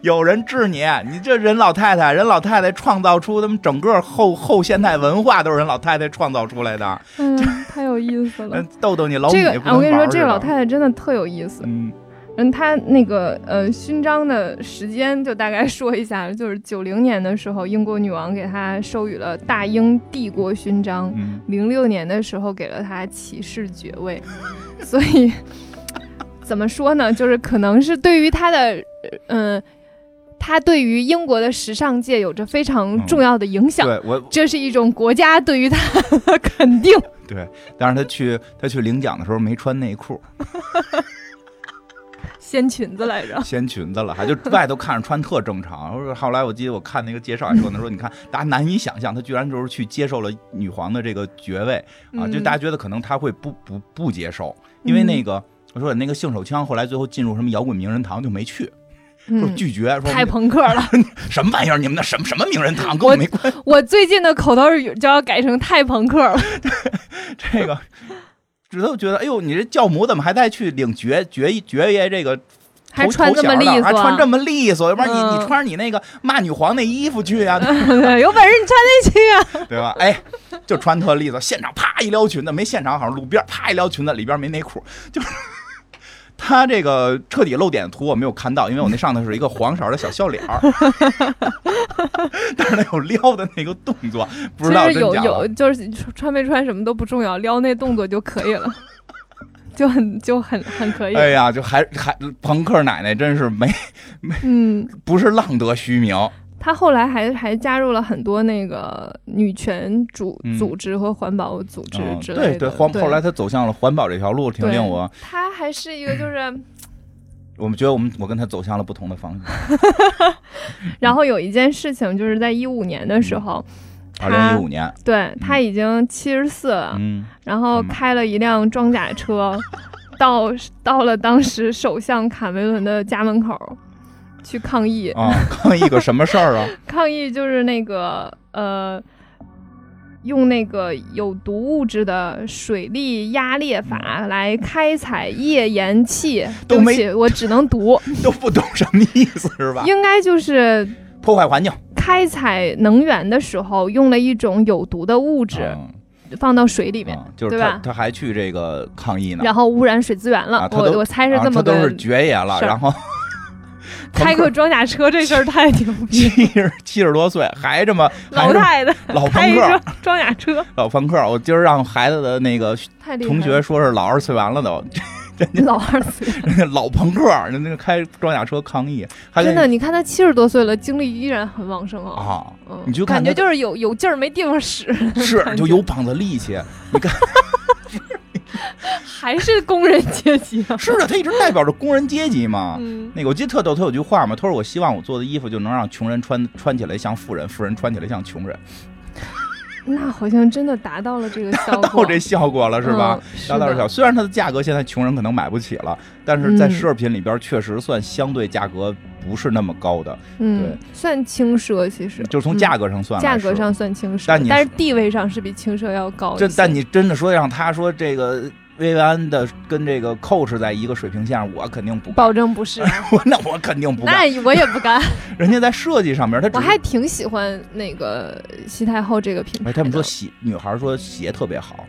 Speaker 2: 有人治你，你这人老太太，人老太太创造出他们整个后后现代文化都是人老太太创造出来的，
Speaker 1: 哎呀，太有意思
Speaker 2: 那
Speaker 1: 了。
Speaker 2: 逗逗你老米
Speaker 1: 这个
Speaker 2: 也不
Speaker 1: 哎我跟你
Speaker 2: 能玩
Speaker 1: 说，
Speaker 2: 儿
Speaker 1: 这个老
Speaker 2: 似的
Speaker 1: 太太真的特有意思。
Speaker 2: 嗯
Speaker 1: 嗯，她那个呃勋章的时间就大概说一下，就是九零年的时候，英国女王给她授予了大英帝国勋章。
Speaker 2: 嗯，
Speaker 1: 零六年的时候给了他骑士爵位， 所以怎么说呢？就是可能是对于他的，嗯、他对于英国的时尚界有着非常重要的影响。
Speaker 2: 嗯对我
Speaker 1: 这是一种国家对于他的肯定。
Speaker 2: 对，但是他去他去领奖的时候没穿内裤，
Speaker 1: 掀裙子来着，
Speaker 2: 掀裙子了，还就外头看着穿特正常。我说后来我记得我看那个介绍也说呢，说你看大家难以想象，他居然就是去接受了女皇的这个爵位 啊，
Speaker 1: 嗯
Speaker 2: 就大家觉得可能他会不不不接受，因为那个。我说那个性手枪，后来最后进入什么摇滚名人堂就没去，说
Speaker 1: 嗯，
Speaker 2: 拒绝，说
Speaker 1: 太朋克 了。
Speaker 2: 什么玩意儿？你们那什么什么名人堂跟我没关系。
Speaker 1: 我最近的口头语就要改成太朋克了。
Speaker 2: 这个， 直到觉得，哎呦，你这教母怎么还带去领爵爵爵爷这个
Speaker 1: 还
Speaker 2: 头
Speaker 1: 穿这么
Speaker 2: 头
Speaker 1: 利
Speaker 2: 衔
Speaker 1: 索，啊
Speaker 2: 儿呢还穿这么利索，要不然你、
Speaker 1: 嗯
Speaker 2: 你穿着你那个骂女皇那衣服去 啊，
Speaker 1: 对有本事你穿那去啊！
Speaker 2: 对吧？哎，就穿特利索，现场啪一撩裙子，没现场好像路边啪一撩裙子，里边没内裤，就是 他这个彻底露点的图我没有看到，因为我那上头是一个黄色的小笑脸儿， 但是他有撩的那个动作，不知道
Speaker 1: 其
Speaker 2: 真
Speaker 1: 实有
Speaker 2: 假啊
Speaker 1: 有
Speaker 2: 了。
Speaker 1: 就是穿没穿什么都不重要，撩那动作就可以 了，就很就很很可以。
Speaker 2: 哎呀，就还还朋克奶奶真是没
Speaker 1: 嗯，
Speaker 2: 不是浪得虚名，
Speaker 1: 他后来还还加入了很多那个女权组
Speaker 2: 嗯
Speaker 1: 组织和环保组织
Speaker 2: 嗯
Speaker 1: 之
Speaker 2: 对
Speaker 1: 类
Speaker 2: 对，
Speaker 1: 的。
Speaker 2: 环后来他走向了环保这条路，挺
Speaker 1: 对
Speaker 2: 令我
Speaker 1: 他还是一个就是，
Speaker 2: 我们觉得我们我跟他走向了不同的方向。
Speaker 1: 然后有一件事情就是在一五年的时候，
Speaker 2: 二零
Speaker 1: 他啊
Speaker 2: 一五年，
Speaker 1: 对他已经七十四了，
Speaker 2: 嗯，
Speaker 1: 然后
Speaker 2: 嗯
Speaker 1: 开了一辆装甲车，到到了当时首相卡梅伦的家门口去抗议，
Speaker 2: 啊， 抗议个什么事 儿啊？
Speaker 1: 抗议就是那个呃，用那个有毒物质的水力压裂法来开采页岩气。
Speaker 2: 都
Speaker 1: 对不
Speaker 2: 没
Speaker 1: 起，我只能读，
Speaker 2: 都不懂什么意思是 吧？
Speaker 1: 应该就是
Speaker 2: 破坏环境，
Speaker 1: 开采能源的时候用了一种有毒的物质
Speaker 2: 嗯
Speaker 1: 放到水里面，
Speaker 2: 嗯就是
Speaker 1: 对
Speaker 2: 他
Speaker 1: 吧
Speaker 2: 他还去这个抗议呢，
Speaker 1: 然后污染水资源了。
Speaker 2: 啊他都
Speaker 1: 我我猜是
Speaker 2: 啊
Speaker 1: 这么
Speaker 2: 他
Speaker 1: 个。
Speaker 2: 都是爵爷了，
Speaker 1: 事儿
Speaker 2: 然后
Speaker 1: 开
Speaker 2: 朋
Speaker 1: 个
Speaker 2: 克
Speaker 1: 装甲车这事儿太牛逼
Speaker 2: 七
Speaker 1: 了，
Speaker 2: 十七十多岁还这么 还
Speaker 1: 老
Speaker 2: 是
Speaker 1: 太太
Speaker 2: 老
Speaker 1: 开
Speaker 2: 朋
Speaker 1: 一
Speaker 2: 克
Speaker 1: 个装甲车，
Speaker 2: 老朋克，我今儿让孩子的那个
Speaker 1: 太厉害
Speaker 2: 同
Speaker 1: 了。
Speaker 2: 学说是老二次元了都，
Speaker 1: 老二次元，
Speaker 2: 老朋克，那那个开装甲车抗议，还
Speaker 1: 真
Speaker 2: 跟
Speaker 1: 的，你看他七十多岁了，精力依然很旺盛啊。
Speaker 2: 啊，
Speaker 1: 嗯，
Speaker 2: 你就看
Speaker 1: 感
Speaker 2: 他
Speaker 1: 觉就是有有劲儿没地方使，
Speaker 2: 是
Speaker 1: 感觉
Speaker 2: 就有膀子力气，
Speaker 1: 还是工人阶级 啊。
Speaker 2: 是的，他一直代表着工人阶级嘛。
Speaker 1: 嗯，
Speaker 2: 那个我记得特逗，他有句话嘛，他说我希望我做的衣服就能让穷人穿穿起来像富人，富人穿起来像穷人，
Speaker 1: 那好像真的达到了这个效
Speaker 2: 啊到
Speaker 1: 果，
Speaker 2: 这效果了是吧？
Speaker 1: 嗯？是
Speaker 2: 达到这效果，
Speaker 1: 的，
Speaker 2: 虽然它的价格现在穷人可能买不起了，但是在
Speaker 1: 嗯
Speaker 2: 奢侈品里边确实算相对价格不是那么高的，
Speaker 1: 嗯
Speaker 2: 对，
Speaker 1: 算轻奢其实，
Speaker 2: 就是从
Speaker 1: 嗯
Speaker 2: 价格上算来
Speaker 1: 价
Speaker 2: 说
Speaker 1: 格上算轻奢，
Speaker 2: 但你
Speaker 1: 但是地位上是比轻奢要高一些。
Speaker 2: 这但你真的说让他说这个薇薇安的跟这个 Coach 在一个水平线上，我肯定 不干，
Speaker 1: 保证不是啊，
Speaker 2: 我那我肯定不干。
Speaker 1: 那我也不 敢。
Speaker 2: 人家在设计上面，他只
Speaker 1: 我
Speaker 2: 是
Speaker 1: 还挺喜欢那个西太后这个品牌
Speaker 2: 哎，
Speaker 1: 的。
Speaker 2: 他们说鞋，女孩说鞋特别好，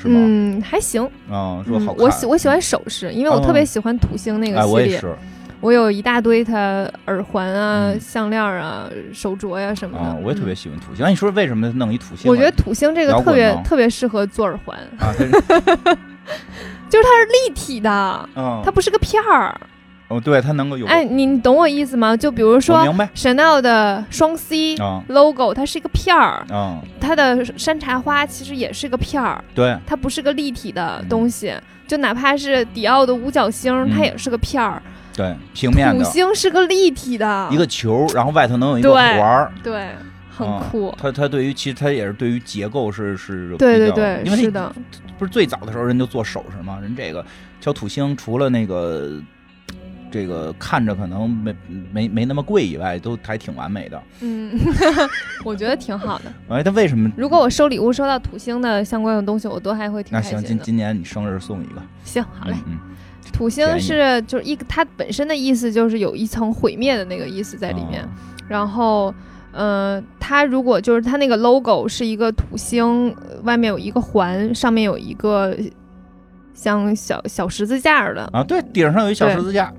Speaker 2: 是吗？
Speaker 1: 嗯，还行。
Speaker 2: 嗯，说
Speaker 1: 嗯
Speaker 2: 好，看。嗯
Speaker 1: 我喜我喜欢首饰，因为我特别喜欢土星那个
Speaker 2: 哎，
Speaker 1: 系
Speaker 2: 我也
Speaker 1: 列。
Speaker 2: 是，
Speaker 1: 我有一大堆它耳环啊、
Speaker 2: 嗯
Speaker 1: 项链啊、手镯呀、什么的。
Speaker 2: 啊，我也特别
Speaker 1: 嗯。
Speaker 2: 喜欢土星。那你说为什么弄一土星啊？
Speaker 1: 我觉得土星这个
Speaker 2: 摇
Speaker 1: 特
Speaker 2: 滚
Speaker 1: 别
Speaker 2: 吗
Speaker 1: 特别适合做耳环，
Speaker 2: 啊，它是
Speaker 1: 立体的，
Speaker 2: 嗯，
Speaker 1: 它不是个片儿。
Speaker 2: 哦，对，它能够有，
Speaker 1: 哎，你你懂我意思吗？就比如
Speaker 2: 我
Speaker 1: 说
Speaker 2: 明白
Speaker 1: Chanel 的双 C
Speaker 2: 啊
Speaker 1: logo，它是一个片儿，
Speaker 2: 嗯，
Speaker 1: 它的山茶花其实也是个片儿，
Speaker 2: 对，
Speaker 1: 它不是个立体的
Speaker 2: 嗯
Speaker 1: 东西，就哪怕是迪奥的五角星，
Speaker 2: 嗯
Speaker 1: 它也是个片儿。
Speaker 2: 对，平面
Speaker 1: 土
Speaker 2: 的
Speaker 1: 星是个立体的，
Speaker 2: 一个球，然后外头能有一个
Speaker 1: 对
Speaker 2: 环儿。
Speaker 1: 对，很
Speaker 2: 啊
Speaker 1: 酷。
Speaker 2: 它它对于其实它也是对于结构是是比
Speaker 1: 对对
Speaker 2: 较
Speaker 1: 对，
Speaker 2: 因为
Speaker 1: 是
Speaker 2: 它
Speaker 1: 的，
Speaker 2: 不是最早的时候人就做首饰嘛，人这个小土星除了那个这个看着可能没没没那么贵以外，都还挺完美的。
Speaker 1: 嗯， 我觉得挺好的。
Speaker 2: 哎，他为什么？
Speaker 1: 如果我收礼物收到土星的相关的东西，我都还会挺
Speaker 2: 那
Speaker 1: 开
Speaker 2: 行，
Speaker 1: 心
Speaker 2: 今
Speaker 1: 的。
Speaker 2: 今年你生日送一个，
Speaker 1: 行，好嘞。
Speaker 2: 嗯，嗯
Speaker 1: 土星
Speaker 2: 便宜
Speaker 1: 是就是一个它本身的意思就是有一层毁灭的那个意思在里面，
Speaker 2: 啊
Speaker 1: 然后。呃，它如果就是它那个 logo 是一个土星，呃外面有一个环，上面有一个像小小十字架似的，
Speaker 2: 啊，对，顶上有一小十字架，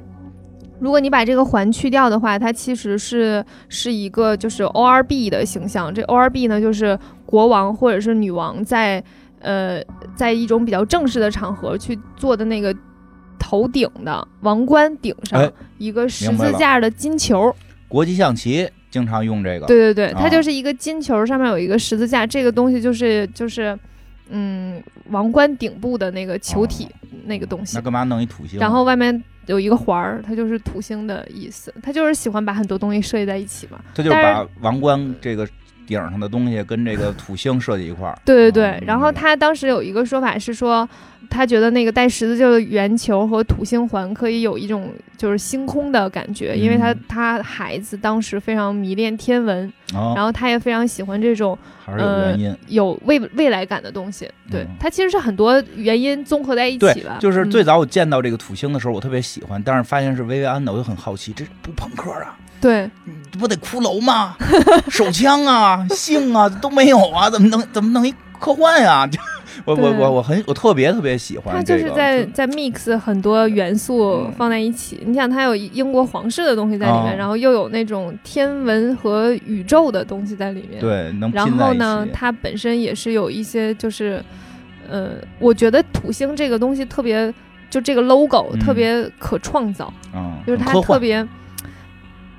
Speaker 1: 如果你把这个环去掉的话，它其实是是一个就是 O R B 的形象。这 O R B 呢，就是国王或者是女王在呃在一种比较正式的场合去做的那个头顶的王冠顶上、
Speaker 2: 哎
Speaker 1: 一个十字架的金球。
Speaker 2: 国际象棋经常用这个，
Speaker 1: 对对对，
Speaker 2: 啊
Speaker 1: 它就是一个金球，上面有一个十字架，这个东西就是就是嗯王冠顶部的那个球体、
Speaker 2: 哦
Speaker 1: 那个东西
Speaker 2: 那。干嘛弄一土星？
Speaker 1: 然后外面有一个环儿，它就是土星的意思，它就是喜欢把很多东西设计在一起嘛。
Speaker 2: 他就是
Speaker 1: 但
Speaker 2: 把
Speaker 1: 是
Speaker 2: 王冠这个顶上的东西跟这个土星设计一块儿。
Speaker 1: 对对
Speaker 2: 哦
Speaker 1: 对，然后他当时有一个说法是说，他觉得那个带十字绣的圆球和土星环可以有一种就是星空的感觉，因为他
Speaker 2: 嗯
Speaker 1: 他孩子当时非常迷恋天文，
Speaker 2: 哦，
Speaker 1: 然后他也非常喜欢这种
Speaker 2: 还是有原因。
Speaker 1: 有未未来感的东西。对
Speaker 2: 嗯，
Speaker 1: 它其实是很多原因综合在一
Speaker 2: 对
Speaker 1: 起吧，。
Speaker 2: 就是
Speaker 1: 嗯
Speaker 2: 最早我见到这个土星的时候，我特别喜欢，但是发现是薇薇安的，我就很好奇，这不朋克啊？
Speaker 1: 对，
Speaker 2: 这不得骷髅吗？ 手枪啊，性啊都没有啊，怎么能怎么弄一科幻呀、 就我我
Speaker 1: 对
Speaker 2: 我我很我特别特别喜
Speaker 1: 它
Speaker 2: 欢
Speaker 1: 就
Speaker 2: 这
Speaker 1: 是
Speaker 2: 个，
Speaker 1: 在在 mix 很多元素
Speaker 2: 嗯
Speaker 1: 放在一起。你想，它有英国皇室的东西在里面，
Speaker 2: 哦
Speaker 1: 然后又有那种天文和宇宙的东西在里面。，
Speaker 2: 对能
Speaker 1: 然
Speaker 2: 拼在
Speaker 1: 后
Speaker 2: 一
Speaker 1: 呢，
Speaker 2: 起。
Speaker 1: 它本身也是有一些就是，呃，我觉得土星这个东西特别，就这个 logo
Speaker 2: 嗯
Speaker 1: 特别可创造，
Speaker 2: 嗯，
Speaker 1: 就是
Speaker 2: 很
Speaker 1: 它
Speaker 2: 科
Speaker 1: 特
Speaker 2: 幻，
Speaker 1: 别。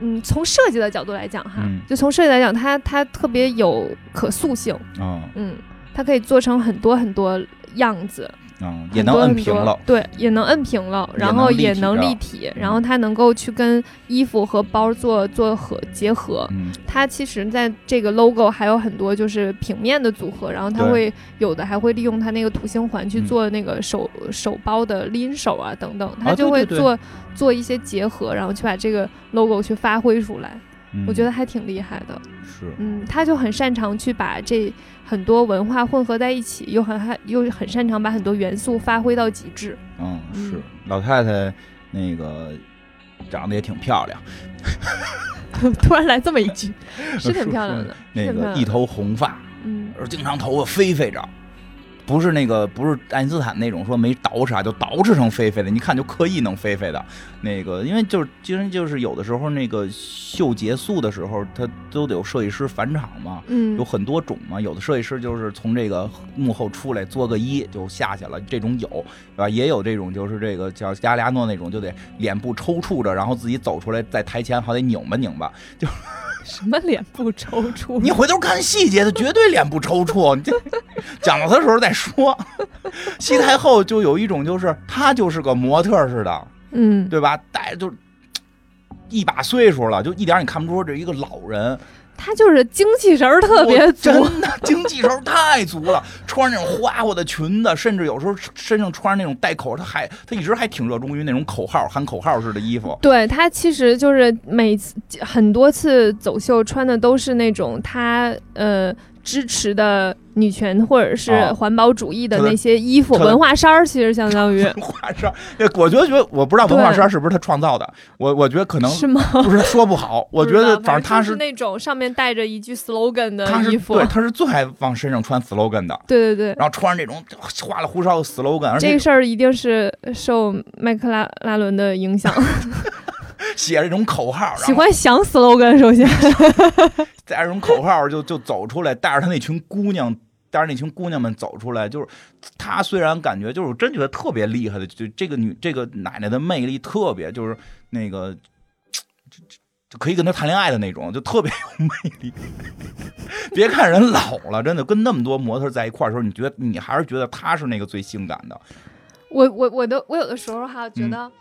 Speaker 1: 嗯，从设计的角度来讲哈，
Speaker 2: 嗯
Speaker 1: 就从设计来讲，它它特别有可塑性，
Speaker 2: 嗯
Speaker 1: 嗯，它可以做成很多很多样子，
Speaker 2: 嗯，也能摁平
Speaker 1: 很多
Speaker 2: 了
Speaker 1: 很多，对，也能摁平了，
Speaker 2: 也
Speaker 1: 然后
Speaker 2: 能立
Speaker 1: 也
Speaker 2: 体
Speaker 1: 能
Speaker 2: 的
Speaker 1: 立体，然后它能够去跟衣服和包做做合结合。
Speaker 2: 嗯，
Speaker 1: 它其实在这个 logo 还有很多就是平面的组合，然后它
Speaker 2: 对
Speaker 1: 会有的还会利用它那个图形环去
Speaker 2: 嗯
Speaker 1: 做那个手、手包的拎手啊等等，它
Speaker 2: 啊
Speaker 1: 就
Speaker 2: 对
Speaker 1: 会
Speaker 2: 对对
Speaker 1: 做做一些结合，然后去把这个 logo 去发挥出来。
Speaker 2: 嗯
Speaker 1: 我觉得还挺厉害的。
Speaker 2: 是，
Speaker 1: 嗯，他就很擅长去把这很多文化混合在一起，又很还又很擅长把很多元素发挥到极致。
Speaker 2: 嗯是
Speaker 1: 嗯，
Speaker 2: 老太太那个长得也挺漂亮，
Speaker 1: 突然来这么一 句，是挺漂亮的，是
Speaker 2: 那
Speaker 1: 挺漂
Speaker 2: 个
Speaker 1: 亮
Speaker 2: 一
Speaker 1: 的。
Speaker 2: 头红发，
Speaker 1: 嗯，
Speaker 2: 而经常头发飞飞着。不是那个，不是爱因斯坦那种说没捯饬啊，就捯饬成飞飞的，你看就刻意弄飞飞的。那个，因为就是其实就是有的时候那个秀结束的时候，他都得有设计师返场嘛，有
Speaker 1: 嗯，
Speaker 2: 很多种嘛。有的设计师就是从这个幕后出来做个揖就下去了，这种有，对吧？也有这种就是这个叫加利亚诺那种，就得脸部抽搐着，然后自己走出来，在台前好得拧吧拧吧。
Speaker 1: 什么脸部抽搐？
Speaker 2: 你回头看细节，他绝对脸部抽搐。你这讲到他的时候再说。 西太后就有一种就是她就是个模特似的，
Speaker 1: 嗯，
Speaker 2: 对吧？带就一把岁数了，就一点你看不出这一个老人，
Speaker 1: 他就是精气神儿特别
Speaker 2: 我
Speaker 1: 足。
Speaker 2: 真的精气神儿太足了。穿着那种花花的裙子，甚至有时候身上穿着那种带口，她还她一直还挺热衷于那种口号喊口号似的衣服。
Speaker 1: 对他其实就是每次很多次走秀穿的都是那种他呃支持的女权或者是
Speaker 2: 啊
Speaker 1: 环保主义的
Speaker 2: 特别
Speaker 1: 那些衣服、
Speaker 2: 特别
Speaker 1: 文化衫儿，其实相当于
Speaker 2: 文化衫儿，那我觉得觉得我不知道文化
Speaker 1: 对
Speaker 2: 衫儿是不是他创造的，我我觉得可能
Speaker 1: 是吗？
Speaker 2: 不是说不好，我觉得
Speaker 1: 不知道
Speaker 2: 反正他
Speaker 1: 就是那种上面带着一句 slogan 的
Speaker 2: 他是
Speaker 1: 衣服，
Speaker 2: 对，他是最爱往身上穿 slogan 的，
Speaker 1: 对对对
Speaker 2: 然后穿上这种花里胡哨的 slogan，而
Speaker 1: 这
Speaker 2: 且
Speaker 1: 个事儿一定是受麦克拉拉伦的影响，
Speaker 2: 写着这种口号，
Speaker 1: 喜
Speaker 2: 然后
Speaker 1: 欢想 slogan。首 先，
Speaker 2: 带着这种口号就就走出来，带着他那群姑娘。带着那群姑娘们走出来，就是她虽然感觉就是我真觉得特别厉害的，就这个女这个奶奶的魅力特别，就是那个就就就可以跟她谈恋爱的那种，就特别有魅力。 别看人老了，真的跟那么多模特在一块儿的时候，你觉得你还是觉得她是那个最性感的，
Speaker 1: 我我我的我有的时候哈觉得，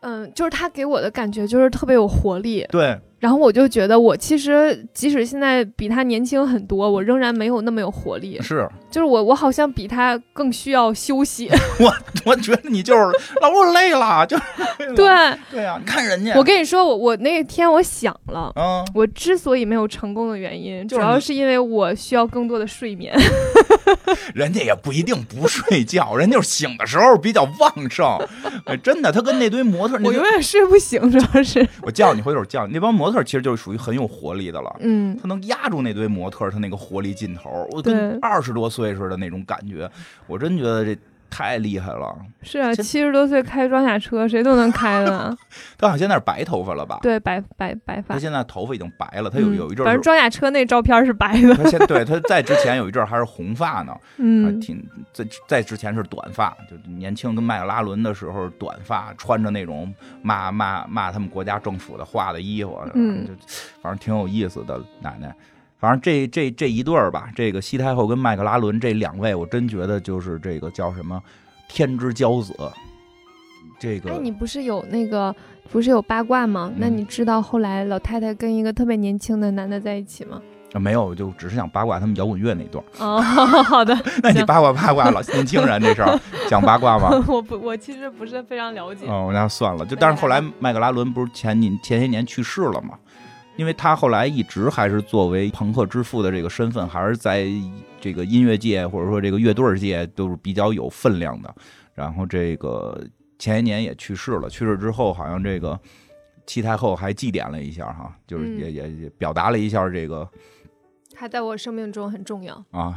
Speaker 1: 嗯、就是他给我的感觉就是特别有活力，
Speaker 2: 对，
Speaker 1: 然后我就觉得我其实即使现在比他年轻很多，我仍然没有那么有活 力，
Speaker 2: 是
Speaker 1: 就是我我好像比他更需要休息。
Speaker 2: 我觉得你就是老我累了，就是 累了
Speaker 1: 对，
Speaker 2: 对啊，你看人家，
Speaker 1: 我跟你说，我我那天我想了。
Speaker 2: 嗯，
Speaker 1: 我之所以没有成功的原因，
Speaker 2: 就是
Speaker 1: 主要
Speaker 2: 你
Speaker 1: 是因为我需要更多的睡眠。
Speaker 2: 人家也不一定不睡觉，人就是醒的时候比较旺盛，哎真的，他跟那堆模特，那
Speaker 1: 我
Speaker 2: 堆
Speaker 1: 永远睡不醒，主要 是，嗯
Speaker 2: 我叫你回头叫你，那帮模特其实就是属于很有活力的了。
Speaker 1: 嗯，
Speaker 2: 他能压住那堆模特，他那个活力劲头，我跟
Speaker 1: 对
Speaker 2: 二十多岁似的那种感觉，我真觉得这太厉害了。
Speaker 1: 是啊，
Speaker 2: 这
Speaker 1: 七十多岁开装甲车，谁都能开 呢。
Speaker 2: 他好像现在是白头发了吧？
Speaker 1: 对，白白白发
Speaker 2: 他，现在头发已经白了，他有
Speaker 1: 嗯
Speaker 2: 有一阵
Speaker 1: 反正
Speaker 2: 儿是，
Speaker 1: 装甲车那照片是白 的，
Speaker 2: 他现对他在之前有一阵儿还是红发呢，啊，
Speaker 1: 嗯，
Speaker 2: 挺在在之前是短发，就年轻跟麦克拉伦的时候短发，穿着那种骂骂骂他们国家政府的话的衣服，啊
Speaker 1: 嗯
Speaker 2: 就反正挺有意思的奶奶。反正这这这一对儿吧，这个西太后跟麦克拉伦这两位，我真觉得就是这个叫什么天之骄子，这个
Speaker 1: 哎，你不是有那个，不是有八卦吗？那
Speaker 2: 嗯
Speaker 1: 你知道后来老太太跟一个特别年轻的男的在一起吗？
Speaker 2: 啊没有，我就只是想八卦他们摇滚乐那段儿。
Speaker 1: 哦， 好的，
Speaker 2: 那你
Speaker 1: 行
Speaker 2: 八卦八卦老年轻人 这事儿，讲八卦吗？
Speaker 1: 我不，我其实不是非常了解。
Speaker 2: 哦，那算了。就但是后来
Speaker 1: 麦
Speaker 2: 麦克拉伦不是前年前些年去世了嘛？因为他后来一直还是作为朋克之父的这个身份，还是在这个音乐界或者说这个乐队儿界都是比较有分量的。然后这个前些年也去世了，去世之后好像这个七太后还祭奠了一下哈，就是
Speaker 1: 嗯
Speaker 2: 也、也也表达了一下这个
Speaker 1: 他在我生命中很重要，
Speaker 2: 啊，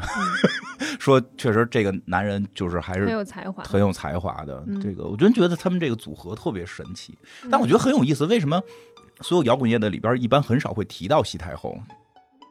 Speaker 2: 说确实这个男人就是还
Speaker 1: 很
Speaker 2: 是
Speaker 1: 有才华。
Speaker 2: 很有才华的。
Speaker 1: 嗯
Speaker 2: 这个我真觉得他们这个组合特别神奇。但我觉得很有意思，为什么所有摇滚乐的里边一般很少会提到西太后？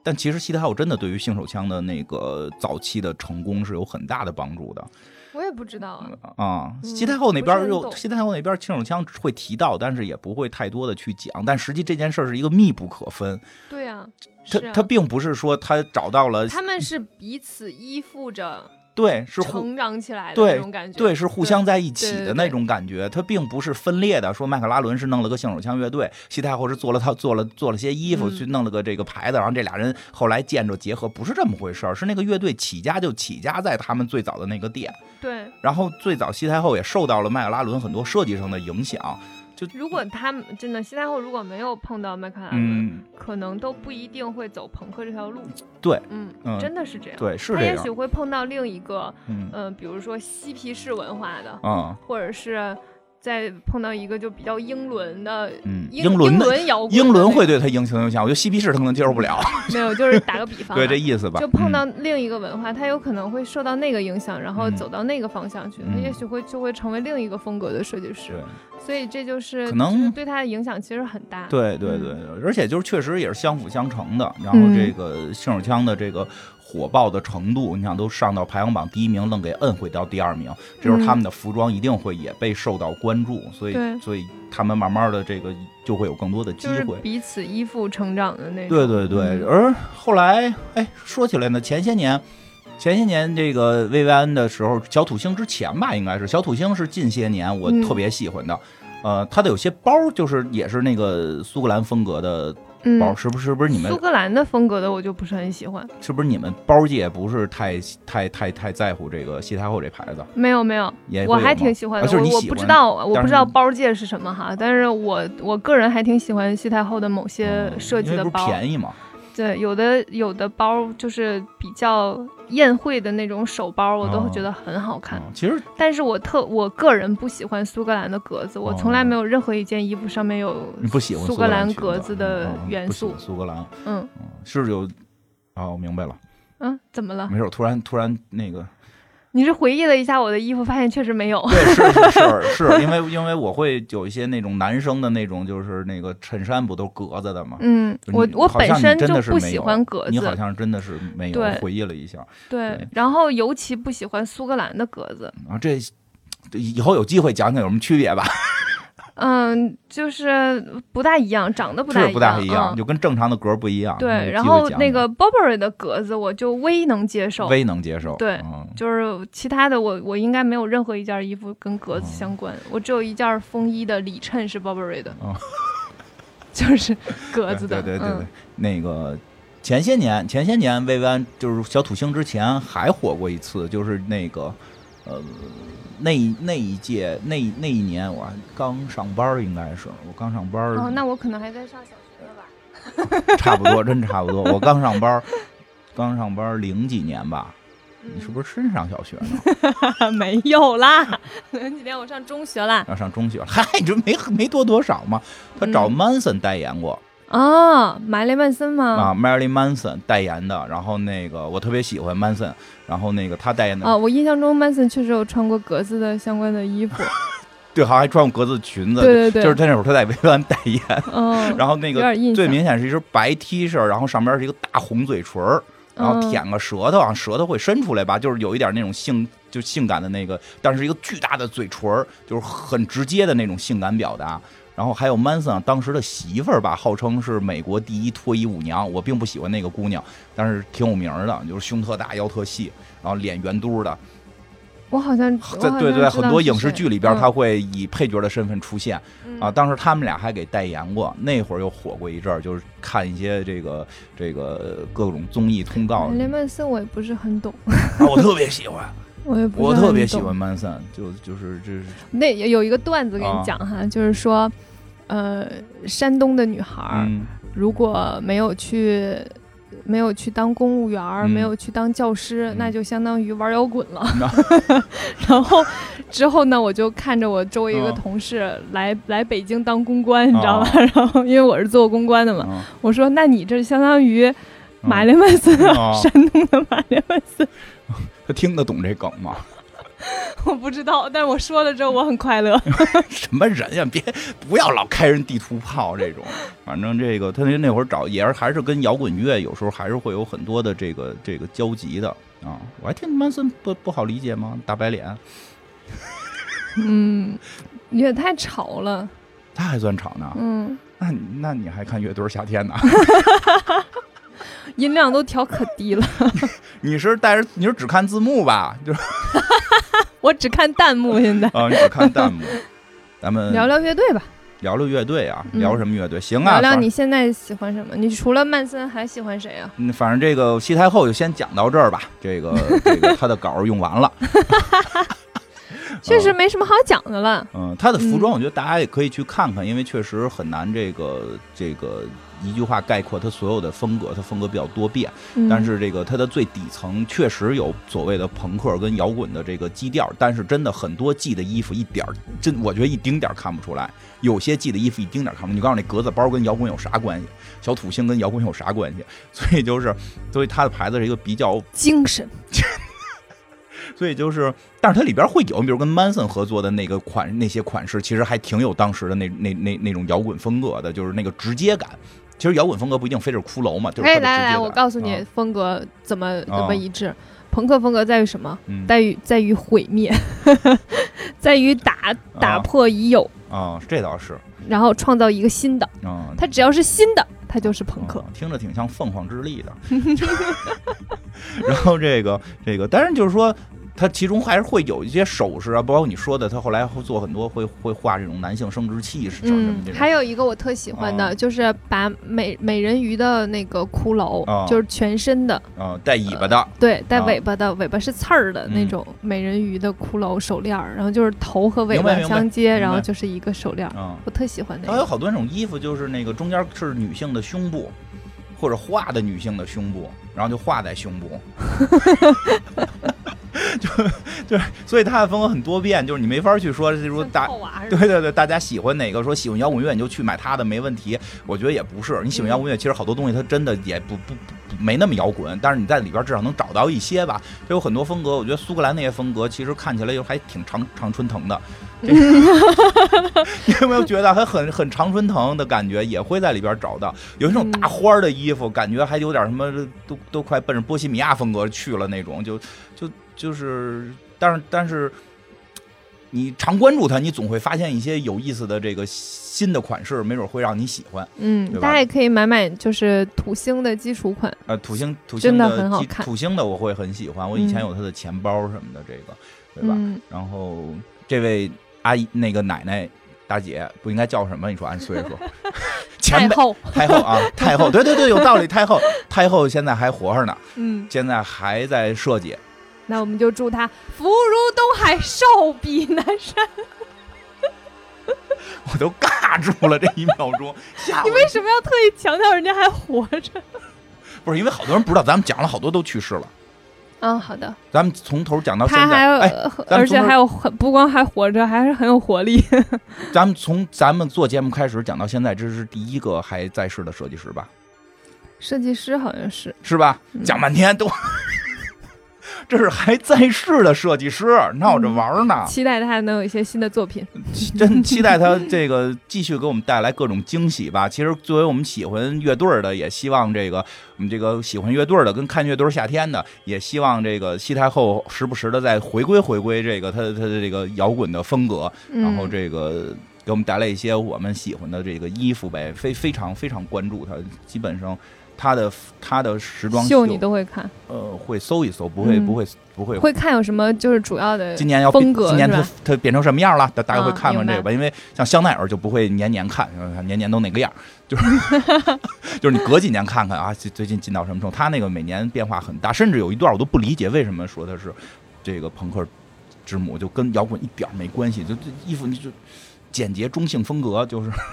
Speaker 2: 但其实西太后真的对于性手枪的那个早期的成功是有很大的帮助的
Speaker 1: 嗯我也不知道啊，
Speaker 2: 啊、
Speaker 1: 嗯
Speaker 2: 西太后那
Speaker 1: 不
Speaker 2: 边
Speaker 1: 是很
Speaker 2: 又
Speaker 1: 懂
Speaker 2: 西太后那边性手枪会提到，但是也不会太多的去讲。但实际这件事儿是一个密不可分，
Speaker 1: 对啊，
Speaker 2: 他
Speaker 1: 是啊
Speaker 2: 他并不是说他找到了
Speaker 1: 他们是彼此依附着。
Speaker 2: 对，是互
Speaker 1: 成长起来的
Speaker 2: 对
Speaker 1: 那种感觉。
Speaker 2: 对，是互相在一起
Speaker 1: 对
Speaker 2: 的
Speaker 1: 对
Speaker 2: 那种感觉，它并不是分裂的。说麦克拉伦是弄了个信手枪乐队，西太后是做了套做了做了些衣服，
Speaker 1: 嗯
Speaker 2: 去弄了个这个牌子，然后这俩人后来见着结合，不是这么回事儿。是那个乐队起家就起家在他们最早的那个店，
Speaker 1: 对，
Speaker 2: 然后最早西太后也受到了麦克拉伦很多设计上的影响。
Speaker 1: 如果他们真的西太后如果没有碰到麦克莱伦，
Speaker 2: 嗯，
Speaker 1: 可能都不一定会走朋克这条路。
Speaker 2: 对，
Speaker 1: 嗯，
Speaker 2: 嗯
Speaker 1: 真的是这样。
Speaker 2: 对，是
Speaker 1: 他
Speaker 2: 这
Speaker 1: 也
Speaker 2: 样
Speaker 1: 许。会碰到另一个，
Speaker 2: 嗯
Speaker 1: 嗯、比如说嬉皮士文化的，
Speaker 2: 啊
Speaker 1: 或者是再碰到一个就比较英伦的
Speaker 2: 嗯，
Speaker 1: 英
Speaker 2: 英伦的
Speaker 1: 伦摇滚的那种，
Speaker 2: 英伦会对他影响影响，我觉得嬉皮士他可能接受不了，
Speaker 1: 没有，就是打个比方啊，
Speaker 2: 对这意思吧？
Speaker 1: 就碰
Speaker 2: 嗯
Speaker 1: 到另一个文化，它有可能会受到那个影响，然后
Speaker 2: 嗯
Speaker 1: 走到那个方向去，它
Speaker 2: 嗯
Speaker 1: 也许会就会成为另一个风格的设计师，所以这就是
Speaker 2: 可能
Speaker 1: 就是对他的影响其实很大。
Speaker 2: 对对
Speaker 1: 嗯
Speaker 2: 对，而且就是确实也是相辅相成的。然后这个信手枪的这个火爆的程度，你想都上到排行榜第一名，愣给摁回到第二名，这时候他们的服装一定会也被受到关注，所
Speaker 1: 嗯对
Speaker 2: 以所以他们慢慢的这个就会有更多的机
Speaker 1: 就是
Speaker 2: 会。
Speaker 1: 彼此依附成长的那种。
Speaker 2: 对对对，
Speaker 1: 嗯
Speaker 2: 而后来哎，说起来呢，前些年。前些年这个薇薇安的时候，小土星之前吧，应该是小土星是近些年我
Speaker 1: 嗯
Speaker 2: 特别喜欢的，呃，它的有些包就是也是那个苏格兰风格的包
Speaker 1: 嗯，
Speaker 2: 是不是是不是你们
Speaker 1: 苏格兰的风格的我就不是很喜欢。
Speaker 2: 是不是你们包界不是太太太太在乎这个西太后这牌子？
Speaker 1: 没有没有，
Speaker 2: 也
Speaker 1: 我
Speaker 2: 会有
Speaker 1: 还
Speaker 2: 吗
Speaker 1: 挺喜欢
Speaker 2: 啊
Speaker 1: 的。
Speaker 2: 就是你
Speaker 1: 我我
Speaker 2: 喜
Speaker 1: 不知
Speaker 2: 欢
Speaker 1: 道我
Speaker 2: 但
Speaker 1: 不
Speaker 2: 是
Speaker 1: 知道
Speaker 2: 你
Speaker 1: 包界是什么哈，但是我我个人还挺喜欢西太后的某些
Speaker 2: 嗯
Speaker 1: 设计
Speaker 2: 因为
Speaker 1: 的
Speaker 2: 不是
Speaker 1: 包。
Speaker 2: 便宜嘛？
Speaker 1: 对，有的有的包就是比较宴会的那种手包，我都会觉得很好看。
Speaker 2: 嗯，其实
Speaker 1: 但是我特我个人不喜欢苏格兰的格子，我从来没有任何一件衣服上面有
Speaker 2: 哦你不喜欢
Speaker 1: 苏
Speaker 2: 格
Speaker 1: 格
Speaker 2: 兰
Speaker 1: 兰
Speaker 2: 裙
Speaker 1: 格子的
Speaker 2: 嗯嗯
Speaker 1: 元
Speaker 2: 不喜
Speaker 1: 素
Speaker 2: 欢。苏格兰
Speaker 1: 嗯
Speaker 2: 嗯是有啊，我明白了，
Speaker 1: 嗯，怎么了？
Speaker 2: 没事，我突然突然那个，
Speaker 1: 你是回忆了一下我的衣服，发现确实没有。
Speaker 2: 对，是是是是，因为因为我会有一些那种男生的那种，就是那个衬衫不都格子的吗？
Speaker 1: 嗯，
Speaker 2: 就
Speaker 1: 我
Speaker 2: 你
Speaker 1: 我
Speaker 2: 好
Speaker 1: 本
Speaker 2: 像你
Speaker 1: 身
Speaker 2: 真
Speaker 1: 就
Speaker 2: 的是
Speaker 1: 不
Speaker 2: 没
Speaker 1: 喜
Speaker 2: 有
Speaker 1: 欢格
Speaker 2: 你好
Speaker 1: 子，
Speaker 2: 像真的是没有，
Speaker 1: 对
Speaker 2: 我回忆了一下，
Speaker 1: 对
Speaker 2: 对，
Speaker 1: 然后尤其不喜欢苏格兰的格子。
Speaker 2: 然后这这以后有机会讲讲有什么区别吧。
Speaker 1: 嗯，就是不大一样，长得不大
Speaker 2: 是不大一
Speaker 1: 一
Speaker 2: 样，
Speaker 1: 样。嗯
Speaker 2: 就跟正常的格儿不一样。有
Speaker 1: 对，
Speaker 2: 啊机
Speaker 1: 然
Speaker 2: 会
Speaker 1: 后
Speaker 2: 讲
Speaker 1: 那
Speaker 2: 讲
Speaker 1: 个 Burberry 的格子我就微能接受，
Speaker 2: 微能接受，
Speaker 1: 对
Speaker 2: 嗯
Speaker 1: 就是其他的我我应该没有任何一件衣服跟格子相关，我只有一件风衣的里衬是 Burberry 的，
Speaker 2: 哦
Speaker 1: 就是格子
Speaker 2: 对
Speaker 1: 的，
Speaker 2: 对对对对
Speaker 1: 嗯，，
Speaker 2: 那个。前些年，前些年薇薇安就是小土星之前还火过一次，就是那个，呃，那一那一届那那一年我还刚上班儿，应该是我刚上班儿，
Speaker 1: 哦，那我可能还在上小学呢吧，
Speaker 2: 差不多，真差不多，我刚上班儿，刚上班儿零几年吧，
Speaker 1: 嗯
Speaker 2: 你是 不是真上小学呢？
Speaker 1: 是啊没有 啦？前几天我上中学啦，
Speaker 2: 要上中学了，嗨，这没没多多少嘛。他找
Speaker 1: 嗯
Speaker 2: Manson 代言过，
Speaker 1: 哦，玛丽曼森吗？
Speaker 2: 啊，Marilyn Manson 代言的，然后那个我特别喜欢 Manson，然后那个他代言的，
Speaker 1: 啊，我印象中曼森确实有穿过格子的相关的衣 服，
Speaker 2: 对，好像还穿过格子裙子，
Speaker 1: 对对对，
Speaker 2: 就是他那会儿他在维安 代言，
Speaker 1: 嗯，
Speaker 2: 然后那
Speaker 1: 有
Speaker 2: 个
Speaker 1: 点印象
Speaker 2: 最明显是一身白 T 恤，然后上边是一个大红嘴唇儿，然后
Speaker 1: 嗯
Speaker 2: 舔个舌头，啊，舌头会伸出来吧，就是有一点那种性就性感的那个，但是一个巨大的嘴唇儿，就是很直接的那种性感表达。然后还有 Manson 啊当时的媳妇儿吧，号称是美国第一脱衣舞娘。我并不喜欢那个姑娘，但是挺有名儿的，就是胸特大、腰特细，然后脸圆嘟儿的。
Speaker 1: 我好像
Speaker 2: 在 对对，很多影视剧里边，她
Speaker 1: 他
Speaker 2: 会以配角的身份出现。
Speaker 1: 嗯
Speaker 2: 啊，当时他们俩还给代言过，那会儿又火过一阵儿，就是看一些这个这个各种综艺通告
Speaker 1: 玛，丽曼森我也不是很懂，
Speaker 2: 啊，我特别喜欢，
Speaker 1: 我也不
Speaker 2: 我
Speaker 1: 是很
Speaker 2: 特别喜
Speaker 1: 懂
Speaker 2: 欢 Manson，就就是这是
Speaker 1: 那有有一个段子给
Speaker 2: 啊
Speaker 1: 你讲哈，就是说，呃，山东的女孩儿
Speaker 2: 嗯
Speaker 1: 如果没有去。没有去当公务员儿，
Speaker 2: 嗯
Speaker 1: 没有去当教师，
Speaker 2: 嗯
Speaker 1: 那就相当于玩摇滚了。
Speaker 2: 那
Speaker 1: 然后之后呢，我就看着我周围一个
Speaker 2: 嗯
Speaker 1: 同事来、来北京当公关，你知道吧？
Speaker 2: 哦
Speaker 1: 然后因为我是做公关的嘛，
Speaker 2: 嗯
Speaker 1: 我说那你这相当于玛
Speaker 2: 嗯
Speaker 1: 丽曼森啊，
Speaker 2: 哦
Speaker 1: 山东的玛丽曼森。
Speaker 2: 他听得懂这梗吗？
Speaker 1: 我不知道，但是我说了之后我很快 乐。
Speaker 2: 什么人呀？别不要老开人地图炮这种。反正这个他那那会儿找也是还是跟摇滚乐有时候还是会有很多的这个这个交集的啊。我还听 Manson 不不好理解吗？大白脸，
Speaker 1: 嗯，也太吵了。
Speaker 2: 他还算吵呢。
Speaker 1: 嗯，
Speaker 2: 那你那你还看乐队儿夏天呢？
Speaker 1: 音量都调可低了，
Speaker 2: 你是带着你是只看字幕吧？ 就是
Speaker 1: 我只看弹幕现在。
Speaker 2: 啊，你只看弹幕。咱们
Speaker 1: 聊聊乐队吧，
Speaker 2: 聊聊乐队啊，
Speaker 1: 嗯
Speaker 2: 聊什么乐队？行
Speaker 1: 聊
Speaker 2: 啊，
Speaker 1: 聊
Speaker 2: 反
Speaker 1: 你现在喜欢什么？你除了曼森还喜欢谁啊？
Speaker 2: 嗯，反正这个西太后就先讲到这儿吧。这个 这个他的稿儿用完了，
Speaker 1: 确实没什么好讲的了。
Speaker 2: 嗯，他的服装
Speaker 1: 嗯
Speaker 2: 我觉得大家也可以去看看，因为确实很难这个这个一句话概括他所有的风格，他风格比较多变。
Speaker 1: 嗯
Speaker 2: 但是这个它的最底层确实有所谓的朋克跟摇滚的这个基调，但是真的很多 G 的衣服一点儿真，我觉得一丁点儿看不出来。有些 G 的衣服一丁点儿看不出来。你告诉我那格子包跟摇滚有啥关系？小土星跟摇滚有啥关系？所以就是， 所以它的牌子是一个比较，
Speaker 1: 精神，
Speaker 2: 所以就是，但是它里边会有，比如跟 Manson 合作的那个款那些款式，其实还挺有当时的那那那那种摇滚风格的，就是那个直接感。其实摇滚风格不一定非是骷髅嘛，就是它
Speaker 1: 哎，
Speaker 2: 的
Speaker 1: 来
Speaker 2: 直接
Speaker 1: 来，
Speaker 2: 感
Speaker 1: 我告诉你
Speaker 2: 啊
Speaker 1: 风格怎么怎
Speaker 2: 啊
Speaker 1: 么一致。朋克风格在于什么？
Speaker 2: 嗯
Speaker 1: 在于在于毁灭， 在于打打
Speaker 2: 啊
Speaker 1: 破已有，
Speaker 2: 啊，这倒是
Speaker 1: 然后创造一个新的。
Speaker 2: 啊，
Speaker 1: 它只要是新的，它就是朋克。
Speaker 2: 嗯听着挺像凤凰之力的。 然后这个这个，当然就是说。它其中还是会有一些首饰啊，包括你说的，他后来会做很多会会画这种男性生殖器什么什么
Speaker 1: 嗯
Speaker 2: 这，种
Speaker 1: 还有一个我特喜欢的，
Speaker 2: 啊
Speaker 1: 就是把美美人鱼的那个骷髅，
Speaker 2: 啊
Speaker 1: 就是全身的，
Speaker 2: 啊、带尾巴的
Speaker 1: 对，带
Speaker 2: 啊
Speaker 1: 尾巴的，尾巴是刺儿的那
Speaker 2: 嗯
Speaker 1: 种美人鱼的骷髅手链儿，然后就是头和尾
Speaker 2: 明白
Speaker 1: 巴
Speaker 2: 明白
Speaker 1: 相接，
Speaker 2: 明
Speaker 1: 然后
Speaker 2: 白
Speaker 1: 就是一个手链儿，
Speaker 2: 啊。
Speaker 1: 我特喜欢那
Speaker 2: 还有
Speaker 1: 个。
Speaker 2: 好多那种衣服，就是那个中间是女性的胸部，或者画的女性的胸部，然后就画在胸 部。就对，所以它的风格很多变，就是你没法去说，就是说大
Speaker 1: 娃
Speaker 2: 对对对，大家喜欢哪个说喜欢摇滚乐你就去买它的没问题，我觉得也不是。你喜欢摇滚乐，其实好多东西它真的也不不不没那么摇滚，但是你在里边至少能找到一些吧。它有很多风格，我觉得苏格兰那些风格其实看起来又还挺常常春藤的。这你有没有觉得还很很常春藤的感觉？也会在里边找到有一种大花儿的衣服，感觉还有点什么，都都快奔着波西米亚风格去了那种，就就就是，但是但是你常关注它，你总会发现一些有意思的这个新的款式，没准会让你喜欢。
Speaker 1: 嗯，
Speaker 2: 对吧
Speaker 1: 大家也可以买买，就是土星的基础款。
Speaker 2: 呃，土星土星
Speaker 1: 真的
Speaker 2: 的
Speaker 1: 很好
Speaker 2: 基
Speaker 1: 看
Speaker 2: 土星的我会很喜欢，我以前
Speaker 1: 嗯
Speaker 2: 有它的钱包什么的，这个对吧？
Speaker 1: 嗯，
Speaker 2: 然后这位阿姨那个奶奶大姐不应该叫什么？你说按岁 数，
Speaker 1: 太
Speaker 2: 前辈
Speaker 1: 后，
Speaker 2: 太后啊，太后，对对对，有道理。太后，太后现在还活着呢，
Speaker 1: 嗯，
Speaker 2: 现在还在设计。
Speaker 1: 那我们就祝他福如东海，寿比南山。
Speaker 2: 我都尬住了这一秒钟，吓我！
Speaker 1: 为什么要特意强调人家还活着？
Speaker 2: 不是因为好多人不知道，咱们讲了好多都去世了，
Speaker 1: 嗯，好的，
Speaker 2: 咱们从头讲到现
Speaker 1: 他还
Speaker 2: 在。哎，
Speaker 1: 呃
Speaker 2: 咱们
Speaker 1: 而
Speaker 2: 从
Speaker 1: 且
Speaker 2: 头
Speaker 1: 还有很不光还活着，还是很有活力。
Speaker 2: 咱们从咱们做节目开始讲到现在，这是第一个还在世的设计师吧？
Speaker 1: 设计师好像是，
Speaker 2: 是吧？
Speaker 1: 嗯
Speaker 2: 讲半天都， 这是还在世的设计师，闹着玩儿呢。
Speaker 1: 期待他能有一些新的作品。
Speaker 2: 真期待他这个继续给我们带来各种惊喜吧。其实作为我们喜欢乐队儿的，也希望这个我们这个喜欢乐队儿的跟看乐队儿夏天的，也希望这个西太后时不时的再回归回归这个他他的这个摇滚的风格，然后
Speaker 1: 嗯
Speaker 2: 这个。给我们带来一些我们喜欢的这个衣服呗，非非常非常关注他，基本上他的他的时装
Speaker 1: 秀你都会看，
Speaker 2: 呃会搜一搜，不会
Speaker 1: 嗯
Speaker 2: 不会不会
Speaker 1: 会看有什么就是主要的
Speaker 2: 今年要变
Speaker 1: 风格
Speaker 2: 今年
Speaker 1: 是
Speaker 2: 它
Speaker 1: 吧
Speaker 2: 它变成什么样了？大大概会
Speaker 1: 啊
Speaker 2: 看看
Speaker 1: 明白
Speaker 2: 这个吧，因为像香奈儿就不会年年看，呃年年都那个样儿，就是 就是你隔几年看看啊，最最近进到什么程度？它那个每年变化很大，甚至有一段我都不理解为什么说它是这个朋克之母，就跟摇滚一点儿没关系，就这衣服你就简洁中性风格就是。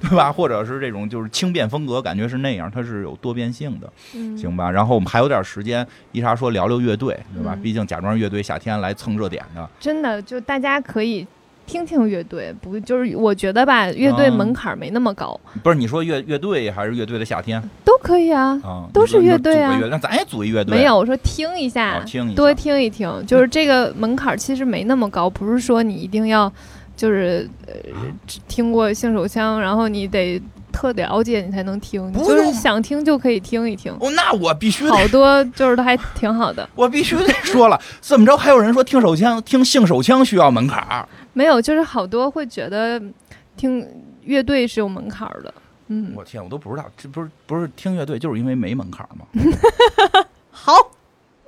Speaker 2: 对吧？或者是这种就是轻便风格，感觉是那样，它是有多变性的。
Speaker 1: 嗯
Speaker 2: 行吧，然后我们还有点时间，伊莎说聊聊乐队，对吧？
Speaker 1: 嗯
Speaker 2: 毕竟假装乐队夏天来蹭热点的，
Speaker 1: 真的就大家可以听听乐队，不就是我觉得吧，乐队
Speaker 2: 啊
Speaker 1: 门槛没那么高，
Speaker 2: 不是你说乐乐队还是乐队的夏天
Speaker 1: 都可以啊。
Speaker 2: 啊？
Speaker 1: 都是
Speaker 2: 你说
Speaker 1: 乐队啊
Speaker 2: 你说组个乐那咱也组一乐队，啊
Speaker 1: 没有，我说听一下，
Speaker 2: 哦听一下
Speaker 1: 多听一听，就是
Speaker 2: 嗯
Speaker 1: 这个门槛其实没那么高，不是说你一定要就是呃
Speaker 2: 啊
Speaker 1: 只听过性手枪，然后你得特了解你才能听，你
Speaker 2: 不
Speaker 1: 就是
Speaker 2: 用
Speaker 1: 想听就可以听一听，
Speaker 2: 哦，那我必须得，
Speaker 1: 好多就是都还挺好的。
Speaker 2: 我必须得说了，怎么着？还有人说听手枪，听性手枪需要门槛儿
Speaker 1: 没有，就是好多会觉得听乐队是有门槛儿的，嗯，
Speaker 2: 我天，我都不知道，这不是不是听乐队，就是因为没门槛儿吗？
Speaker 1: 好，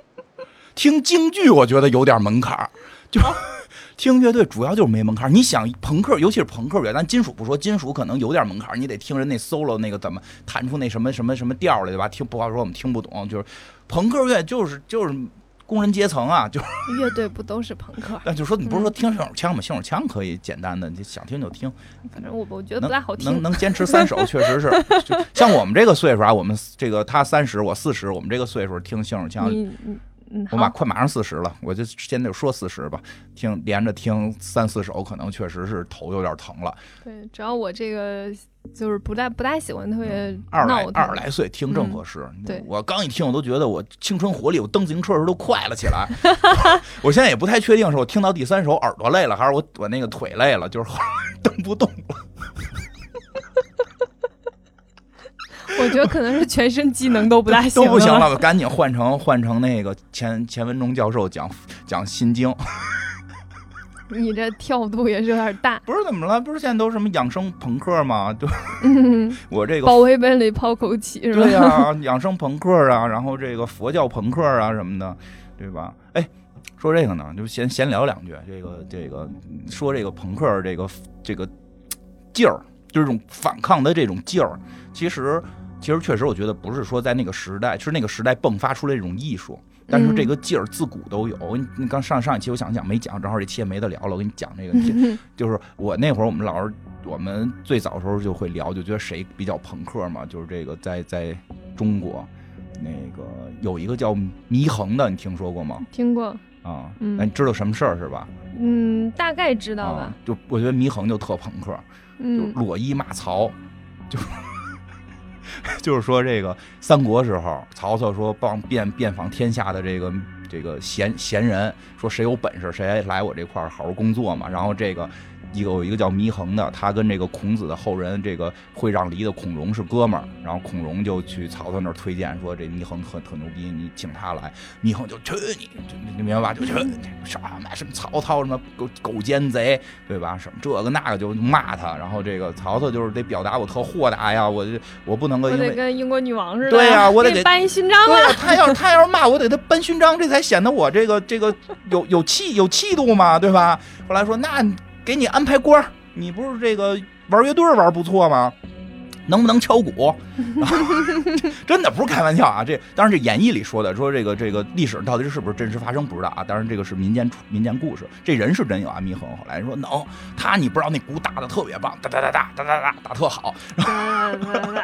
Speaker 2: 听京剧我觉得有点门槛儿，就 听乐队主要就是没门槛儿。你想朋克，尤其是朋克乐，咱金属不说，金属可能有点门槛儿，你得听人那 solo 那个怎么弹出那什么什么什么调儿来，对吧？听不好说我们听不懂，就是朋克乐就是就是工人阶层啊，就是
Speaker 1: 乐队不都是朋克？
Speaker 2: 但就说你不是说
Speaker 1: 嗯
Speaker 2: 听信手枪吗？信手枪可以简单的，你想听就听。
Speaker 1: 反正我我觉得
Speaker 2: 能
Speaker 1: 不太好
Speaker 2: 能
Speaker 1: 听。
Speaker 2: 能坚持三首，确 实是。就像我们这个岁数啊，我们这个他三十，我四十，我们这个岁数听信手枪，
Speaker 1: 你你嗯，
Speaker 2: 我马
Speaker 1: 好，
Speaker 2: 快马上四十了，我就现在就说四十吧，听连着听三四首，可能确实是头有点疼了。
Speaker 1: 对，主要我这个就是不太不太喜欢特别
Speaker 2: 嗯二来
Speaker 1: 闹腾
Speaker 2: 二十来岁听正合适，
Speaker 1: 对
Speaker 2: 我刚一听我都觉得我青春活力，我蹬自行车的时候都快了起 来。我现在也不太确定是我听到第三首耳朵累了，还是我我那个腿累了，就是 蹬不动了。
Speaker 1: 我觉得可能是全身机能都不大行，
Speaker 2: 都不行。了，我赶紧换成换成那个钱钱文忠教授讲讲心经，
Speaker 1: 你这跳度也是有点大。
Speaker 2: 不是怎么了？不是现在都什么养生朋克吗？ 对，
Speaker 1: 嗯，
Speaker 2: 我这个
Speaker 1: 包黑杯里抛枸杞是吧？
Speaker 2: 对呀、养生朋克啊，然后这个佛教朋克啊什么的，对吧？哎，说这个呢，就闲闲聊两句，这个这个说这个朋克这个这个劲儿，就是这种反抗的这种劲儿，其实其实确实，我觉得不是说在那个时代，是那个时代迸发出来这种艺术。但
Speaker 1: 嗯
Speaker 2: 是这个劲儿自古都有，你你刚上上一期我想讲没讲，正好这期也没得聊了，我给你讲这个， 就是我那会儿我们老师，我们最早的时候就会聊，就觉得谁比较朋克嘛，就是这个在在中国，那个有一个叫祢衡的，你听说过吗？
Speaker 1: 听过，
Speaker 2: 啊，
Speaker 1: 嗯
Speaker 2: 那你知道什么事儿是吧？
Speaker 1: 嗯，大概知道
Speaker 2: 啊
Speaker 1: 吧。，
Speaker 2: 就我觉得祢衡就特朋克，就
Speaker 1: 嗯，
Speaker 2: 裸衣骂曹，就 就是说这个三国时候，曹操说帮遍遍访天下的这个这个贤贤人，说谁有本事谁来我这块儿好好工作嘛。然后这个一个有一个叫祢衡的，他跟这个孔子的后人这个会让梨的孔融是哥们儿，然后孔融就去曹操那儿推荐说这祢衡特特牛逼，你请他来。祢衡就去你，就你你明白吧？就去你什么什么曹操什么狗狗奸贼，对吧？什么这个那个就骂他，然后这个曹操就是得表达我特豁达呀，我这我不能够
Speaker 1: 我
Speaker 2: 因为
Speaker 1: 得跟英国女王似的。
Speaker 2: 对呀我得
Speaker 1: 给
Speaker 2: 给
Speaker 1: 你颁一勋 章
Speaker 2: 对
Speaker 1: 啊。
Speaker 2: 呀、他要是他要是骂我，得给他颁勋章，这才显得我这个这个有有气有气度嘛，对吧？后来说，那给你安排官儿，你不是这个玩乐队儿玩不错吗？能不能敲鼓？ 然后真的不是开玩笑啊！这当然，这演义里说的，说这个这个历史到底是不是真实发生不知道啊。当然，这个是民间出民间故事，这人是真有啊。祢衡后来说能，他你不知道那鼓打的特别棒，哒哒哒哒哒哒哒打特好，
Speaker 1: 哒哒哒哒哒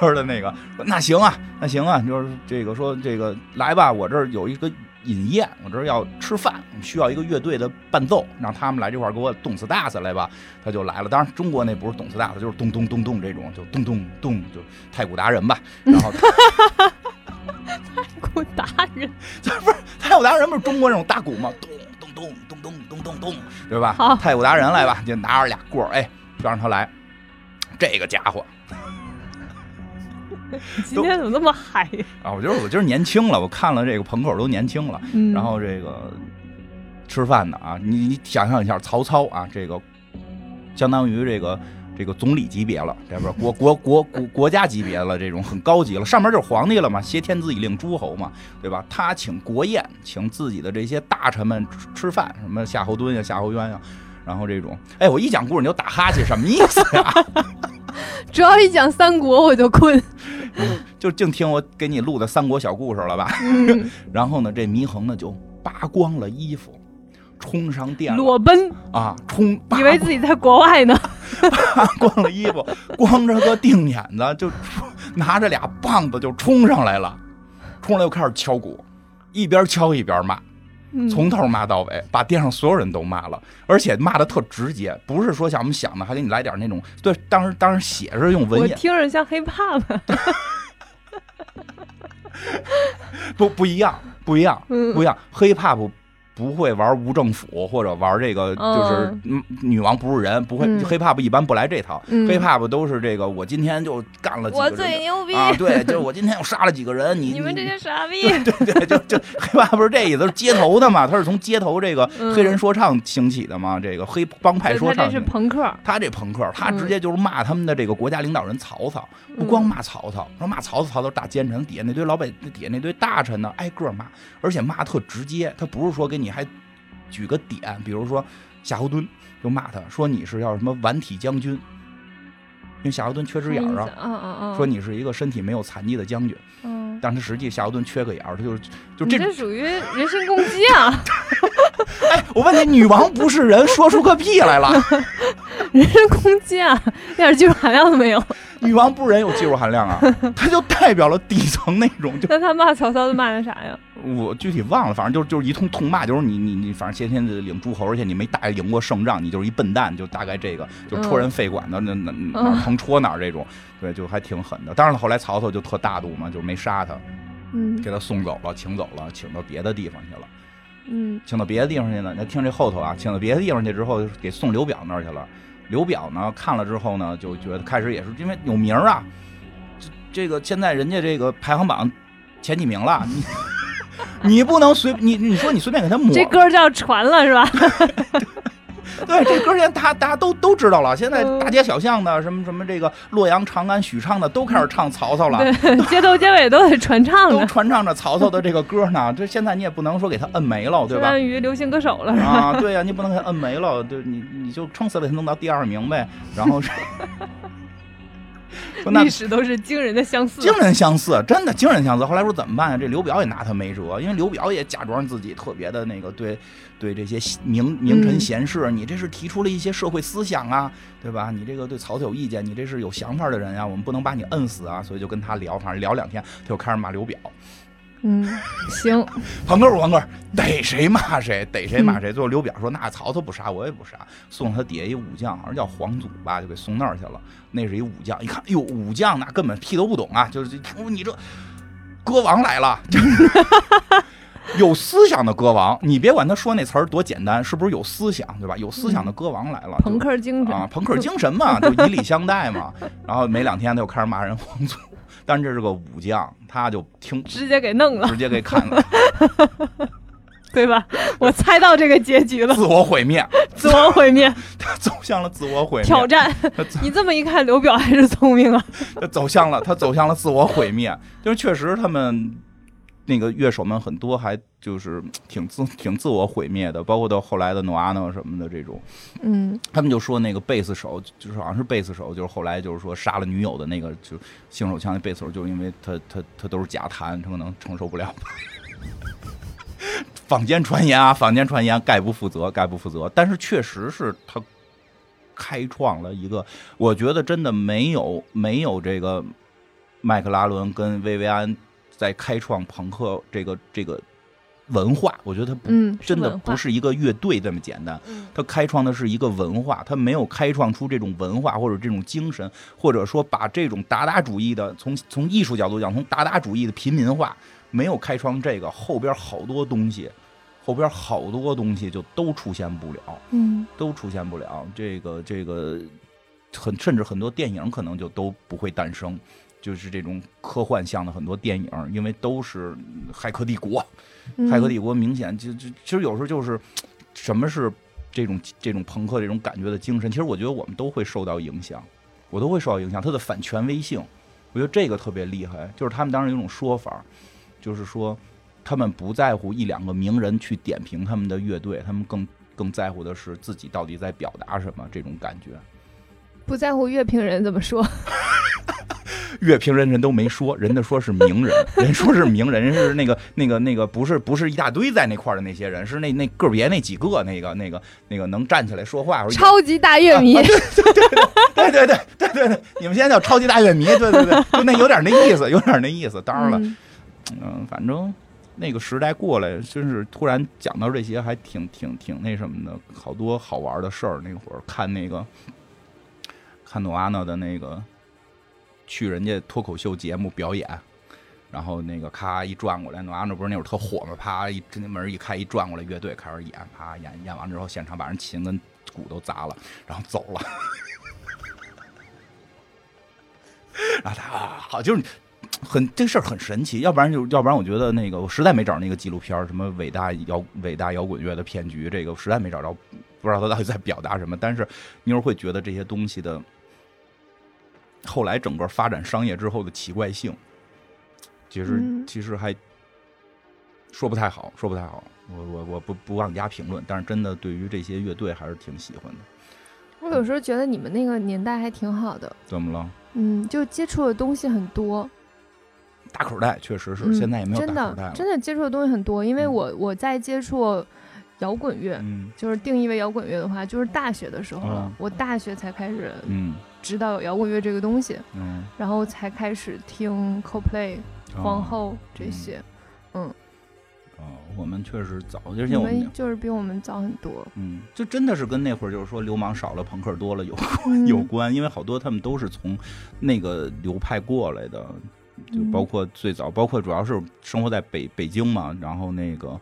Speaker 2: 说的那个，说那行啊，那行啊，就是这个说这个来吧，我这儿有一个饮宴，我这儿要吃饭，需要一个乐队的伴奏，让他们来这块儿给我动次打次来吧。他就来了，当然中国那不是动次打次，就是咚咚咚咚这种，就咚咚咚，就太鼓达人吧。然后
Speaker 1: 给我打人。
Speaker 2: 太鼓达人不是中国那种大鼓吗？咚咚咚咚咚咚咚咚，对吧？
Speaker 1: 好
Speaker 2: 太鼓达人来吧，就拿着俩棍儿，哎，就让他来。这个家伙
Speaker 1: 你今天怎么这么嗨呀？
Speaker 2: 啊，我觉得我就是年轻了，我看了这个朋克都年轻了。
Speaker 1: 嗯，
Speaker 2: 然后这个吃饭的啊，你你想象一下，曹操啊，这个相当于这个这个总理级别了，这不是国国国国国家级别了，这种很高级了，上面就是皇帝了嘛，挟天子以令诸侯嘛，对吧？他请国宴，请自己的这些大臣们吃吃饭，什么夏侯惇呀、夏侯渊呀。然后这种，哎，我一讲故事你就打哈欠，什么意思 呀？
Speaker 1: 主要一讲三国我就困。
Speaker 2: 就净听我给你录的三国小故事了吧？
Speaker 1: 嗯，
Speaker 2: 然后呢，这祢衡呢就扒光了衣服，冲上殿了
Speaker 1: 裸奔，
Speaker 2: 啊，冲扒
Speaker 1: 以为自己在国外呢。
Speaker 2: 光了衣服，光着个腚眼子，就拿着俩棒子就冲上来了，冲上来就开始敲鼓，一边敲一边骂，
Speaker 1: 嗯
Speaker 2: 从头骂到尾，把店上所有人都骂了，而且骂的特直接，不是说像我们想的还给你来点那种，对，当时当时写是用文
Speaker 1: 我
Speaker 2: 言，
Speaker 1: 听着像 hiphop。
Speaker 2: 不不一样，不一样，
Speaker 1: 嗯
Speaker 2: 不一样，hip hop。不会玩无政府或者玩这个就是
Speaker 1: 嗯
Speaker 2: 嗯女王不是人，不会
Speaker 1: 嗯
Speaker 2: hiphop 一般不来这套
Speaker 1: 嗯
Speaker 2: ，hiphop 都是这个我今天就干了几
Speaker 1: 我
Speaker 2: 个人
Speaker 1: 最牛逼，
Speaker 2: 啊，对，就是我今天又杀了几个人，你
Speaker 1: 你们这些傻逼，
Speaker 2: 对对，就就黑怕不是这意思，是街头的嘛，他是从街头这个
Speaker 1: 嗯
Speaker 2: 黑人说唱兴起的嘛，这个黑帮派
Speaker 1: 对
Speaker 2: 说
Speaker 1: 他这
Speaker 2: 唱
Speaker 1: 是
Speaker 2: 兴起。
Speaker 1: 朋克，
Speaker 2: 他这朋克，他直接就是骂他们的这个国家领导人曹操，不
Speaker 1: 嗯
Speaker 2: 光骂曹操，说骂曹操，曹操大奸臣，底下那堆老百，底下那堆大臣呢，挨个骂，而且骂特直接，他不是说给你还举个点，比如说夏侯惇就骂他说你是要什么顽体将军，因为夏侯惇缺只眼儿啊，
Speaker 1: 嗯嗯嗯，
Speaker 2: 说你是一个身体没有残疾的将军，
Speaker 1: 嗯，
Speaker 2: 但他实际夏侯惇缺个眼儿，他就就
Speaker 1: 你
Speaker 2: 这
Speaker 1: 这属于人身攻击啊！
Speaker 2: 哎，我问你，女王不是人，说出个屁来了！
Speaker 1: 人身攻击啊，一点技术含量都没有。
Speaker 2: 女王不是人有技术含量啊，她就代表了底层那种，就
Speaker 1: 那他骂曹操都骂的啥呀？
Speaker 2: 我具体忘了，反正就是就是一通痛骂，就是你你你，反正先天的领诸侯，而且你没打赢过胜仗，你就是一笨蛋，就大概这个，就戳人肺管的那那哪儿疼戳哪儿这种，对，就还挺狠的。当然了，后来曹操就特大度嘛，就没杀他，
Speaker 1: 嗯
Speaker 2: 给他送走了，请走了，请到别的地方去了。
Speaker 1: 嗯
Speaker 2: 请到别的地方去了。那听这后头啊，请到别的地方去之后，给送刘表那儿去了。刘表呢看了之后呢，就觉得开始也是因为有名儿啊，这这个现在人家这个排行榜前几名了，你 你不能随你你说你随便给他抹，
Speaker 1: 这歌叫传了是吧？
Speaker 2: 对这歌现在大大家都都知道了，现在
Speaker 1: 嗯
Speaker 2: 大街小巷的什么什么这个洛阳、长安、许昌的都开始唱曹操了。
Speaker 1: 对，街头街尾都得传嗯唱
Speaker 2: 都
Speaker 1: 着，
Speaker 2: 传唱着曹操的这个歌呢，这现在你也不能说给他摁没了，对
Speaker 1: 相
Speaker 2: 吧？
Speaker 1: 当于流行歌手了是吧？
Speaker 2: 啊，对呀、你不能给他摁没了，对你你就撑死了给他弄到第二名呗。然后是说那
Speaker 1: 历史都是惊人的相似。
Speaker 2: 惊人相似，真的惊人相似。后来说怎么办呀、这刘表也拿他没辙，因为刘表也假装自己特别的那个对对这些名名臣贤士，你这是提出了一些社会思想啊，对吧？你这个对曹操有意见，你这是有想法的人呀、啊我们不能把你摁死啊。所以就跟他聊，反正聊两天，他就开始骂刘表。
Speaker 1: 嗯，行，
Speaker 2: 啊庞哥，庞哥， 逮谁骂谁，逮谁
Speaker 1: 嗯
Speaker 2: 骂谁。最后刘表说：“那曹操不杀，我也不杀。”送他底下一武将，好像叫黄祖吧，就给送那儿去了。那是一武将，一看，哎呦，武将那根本屁都不懂啊，就是哦你这歌王来了， 就是有思想的歌王。你别管他说那词儿多简单，是不是有思想，对吧？有思想的歌王来了，
Speaker 1: 嗯
Speaker 2: 就
Speaker 1: 朋克精神。
Speaker 2: 啊，朋克精神嘛，就以礼相待嘛。然后没两天他又开始骂人黄祖，但是这是个武将，他就听。
Speaker 1: 直接给弄了，
Speaker 2: 直接给砍了，
Speaker 1: 对吧？我猜到这个结局了，
Speaker 2: 自我毁灭，
Speaker 1: 自我毁灭，
Speaker 2: 他走向了自我毁
Speaker 1: 挑
Speaker 2: 灭，
Speaker 1: 战。你这么一看，刘表还是聪明啊。
Speaker 2: 他走向了他走向了自我毁灭。就是确实他们那个乐手们很多还就是挺自挺自我毁灭的，包括到后来的 Noano 什么的这种，
Speaker 1: 嗯，
Speaker 2: 他们就说那个贝斯手就是好像是贝斯手，就是后来就是说杀了女友的那个就性手枪的贝斯手，就是因为他他他都是假弹，他可能承受不了。 坊间传言啊，坊间传言，概不负责，概不负责。但是确实是他开创了一个，我觉得真的没有没有这个麦克拉伦跟薇薇安在开创朋克这个这个文化，我觉得他不、
Speaker 1: 嗯是
Speaker 2: 真的
Speaker 1: 文化
Speaker 2: 不是一个乐队这么简单
Speaker 1: 嗯，
Speaker 2: 他开创的是一个文化，他没有开创出这种文化或者这种精神，或者说把这种达达主义的从从艺术角度讲，从达达主义的平民化。没有开创这个，后边好多东西，后边好多东西就都出现不了，
Speaker 1: 嗯，
Speaker 2: 都出现不了。这个这个很，甚至很多电影可能就都不会诞生，就是这种科幻向的很多电影，因为都是嗯《骇客帝国》，
Speaker 1: 嗯
Speaker 2: 《骇客帝国》明显就就其实有时候就是什么是这种这种朋克这种感觉的精神，其实我觉得我们都会受到影响，我都会受到影响。它的反权威性，我觉得这个特别厉害。就是他们当时有一种说法，就是说他们不在乎一两个名人去点评他们的乐队，他们更更在乎的是自己到底在表达什么这种感觉。
Speaker 1: 不在乎乐评人怎么说。
Speaker 2: 乐评人人都没说，人家说是名人，人说是名人，人是那个那个那个不是不是一大堆在那块儿的那些人，是那那个别那几个那个那个那个能站起来说话。
Speaker 1: 超级大乐迷
Speaker 2: 啊，对对对对对对，你们现在叫超级大乐迷，对对对，就那有点那意思，有点那意思。当然了，
Speaker 1: 嗯
Speaker 2: 嗯，反正那个时代过来，真是突然讲到这些，还挺挺挺那什么的，好多好玩的事儿。那会儿看那个看诺阿诺的那个去人家脱口秀节目表演，然后那个咔一转过来，那完了不是那会儿特火嘛，啪一这门一开一转过来，乐队开始演，啪演演完之后，现场把人琴跟鼓都砸了，然后走了。 然后他啊，好就是很这事儿很神奇，要不然就要不然我觉得那个我实在没找那个纪录片儿，什么伟大摇伟大摇滚乐的骗局，这个我实在没找着，不知道他到底在表达什么。但是妞儿会觉得这些东西的后来整个发展商业之后的奇怪性，其实、
Speaker 1: 嗯
Speaker 2: 其实还说不太好，说不太好。我我我不不妄加评论，但是真的对于这些乐队还是挺喜欢的。
Speaker 1: 我有时候觉得你们那个年代还挺好的，
Speaker 2: 怎么了？
Speaker 1: 嗯，就接触的东西很多。
Speaker 2: 大口袋确实是，
Speaker 1: 嗯
Speaker 2: 现在也没有
Speaker 1: 真
Speaker 2: 大口袋
Speaker 1: 的
Speaker 2: 了。
Speaker 1: 真的接触的东西很多，因为
Speaker 2: 嗯
Speaker 1: 我我在接触摇滚乐，
Speaker 2: 嗯
Speaker 1: 就是定义为摇滚乐的话，就是大学的时候了。
Speaker 2: 嗯
Speaker 1: 我大学才开始
Speaker 2: 嗯
Speaker 1: 知道有摇滚乐这个东西，
Speaker 2: 嗯，
Speaker 1: 然后才开始听 Coldplay、
Speaker 2: 哦
Speaker 1: 皇后这些。
Speaker 2: 哦，我们确实早，而
Speaker 1: 你
Speaker 2: 且我们
Speaker 1: 们就是比我们早很多。
Speaker 2: 嗯，这真的是跟那会儿就是说流氓少了，朋克多了有
Speaker 1: 嗯
Speaker 2: 有关，因为好多他们都是从那个流派过来的，就
Speaker 1: 嗯
Speaker 2: 包括最早，包括主要是生活在北北京嘛，然后那个。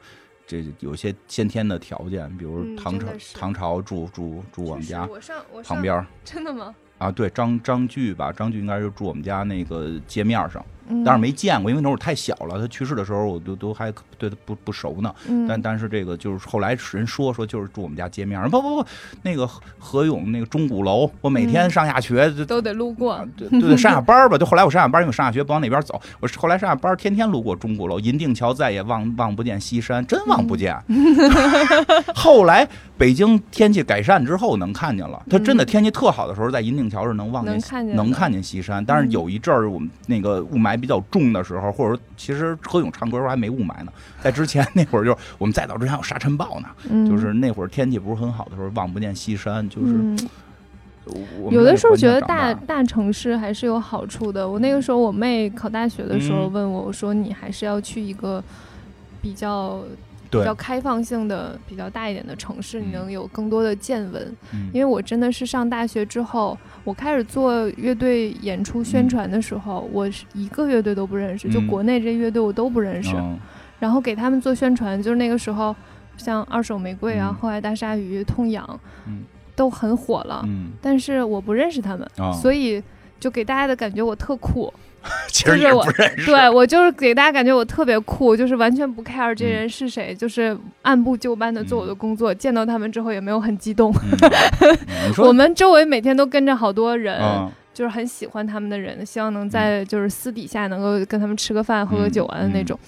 Speaker 2: 这有些先天的条件，比如
Speaker 1: 嗯
Speaker 2: 唐
Speaker 1: 真
Speaker 2: 朝、
Speaker 1: 的是
Speaker 2: 唐朝住住住我们
Speaker 1: 确实
Speaker 2: 家
Speaker 1: 我上我上
Speaker 2: 旁边儿
Speaker 1: 真的吗？
Speaker 2: 啊，对张张炬吧，张炬应该就住我们家那个街面上，
Speaker 1: 嗯
Speaker 2: 但是没见过，因为那会儿太小了，他去世的时候我都都还对他不不熟呢。
Speaker 1: 嗯
Speaker 2: 但但是这个就是后来人说说就是住我们家街面儿，不不不，那个何何勇那个钟鼓楼，我每天
Speaker 1: 嗯
Speaker 2: 上下学就。
Speaker 1: 都得路过
Speaker 2: 啊。对对对，上下班儿吧。就后来我上下班儿，因为我上下学不往那边走，我后来上下班儿天天路过钟鼓楼，银锭桥再也望望不见西山，真望不见。
Speaker 1: 嗯
Speaker 2: 后来北京天气改善之后能看见了，它真的
Speaker 1: 嗯
Speaker 2: 天气特好的时候，在银锭桥是能望见
Speaker 1: 能
Speaker 2: 西
Speaker 1: 看见
Speaker 2: 能
Speaker 1: 的
Speaker 2: 看见西山。但是
Speaker 1: 嗯
Speaker 2: 有一阵儿我们那个雾霾比较重的时候，或者说其实何勇唱歌的时候还没雾霾呢，在之前那会儿就是我们再早之前还有沙尘暴呢，
Speaker 1: 嗯
Speaker 2: 就是那会儿天气不是很好的时候，望不见西山，就是
Speaker 1: 嗯
Speaker 2: 我
Speaker 1: 有的时候觉得大
Speaker 2: 大
Speaker 1: 大城市还是有好处的。我那个时候，我妹考大学的时候
Speaker 2: 嗯
Speaker 1: 问我，我说你还是要去一个比较比
Speaker 2: 对
Speaker 1: 较，开放性的、比较大一点的城市，你
Speaker 2: 嗯
Speaker 1: 能有更多的见闻。
Speaker 2: 嗯
Speaker 1: 因为我真的是上大学之后，我开始做乐队演出宣
Speaker 2: 嗯
Speaker 1: 传的时候，我是一个乐队都不认识，就
Speaker 2: 嗯
Speaker 1: 国内这乐队我都不认识。
Speaker 2: 嗯
Speaker 1: 然后给他们做宣传，就是那个时候，像二手玫瑰啊、
Speaker 2: 嗯
Speaker 1: 后海大鲨鱼、痛痒
Speaker 2: 嗯
Speaker 1: 都很火了。
Speaker 2: 嗯，
Speaker 1: 但是我不认识他们，
Speaker 2: 啊
Speaker 1: 所以就给大家的感觉我特酷。
Speaker 2: 其
Speaker 1: 就
Speaker 2: 实
Speaker 1: 是
Speaker 2: 也
Speaker 1: 我
Speaker 2: 不认识，
Speaker 1: 对我就是给大家感觉我特别酷，就是完全不 care 这
Speaker 2: 嗯
Speaker 1: 人是谁，就是按部就班的做我的工作。见到他们之后也没有很激动。
Speaker 2: 嗯嗯 你
Speaker 1: 我
Speaker 2: 说
Speaker 1: 们周围每天都跟着好多人，
Speaker 2: 啊，
Speaker 1: 就是很喜欢他们的人，希望能在就是私底下能够跟他们吃个饭、喝个
Speaker 2: 嗯
Speaker 1: 酒啊的那
Speaker 2: 嗯
Speaker 1: 种。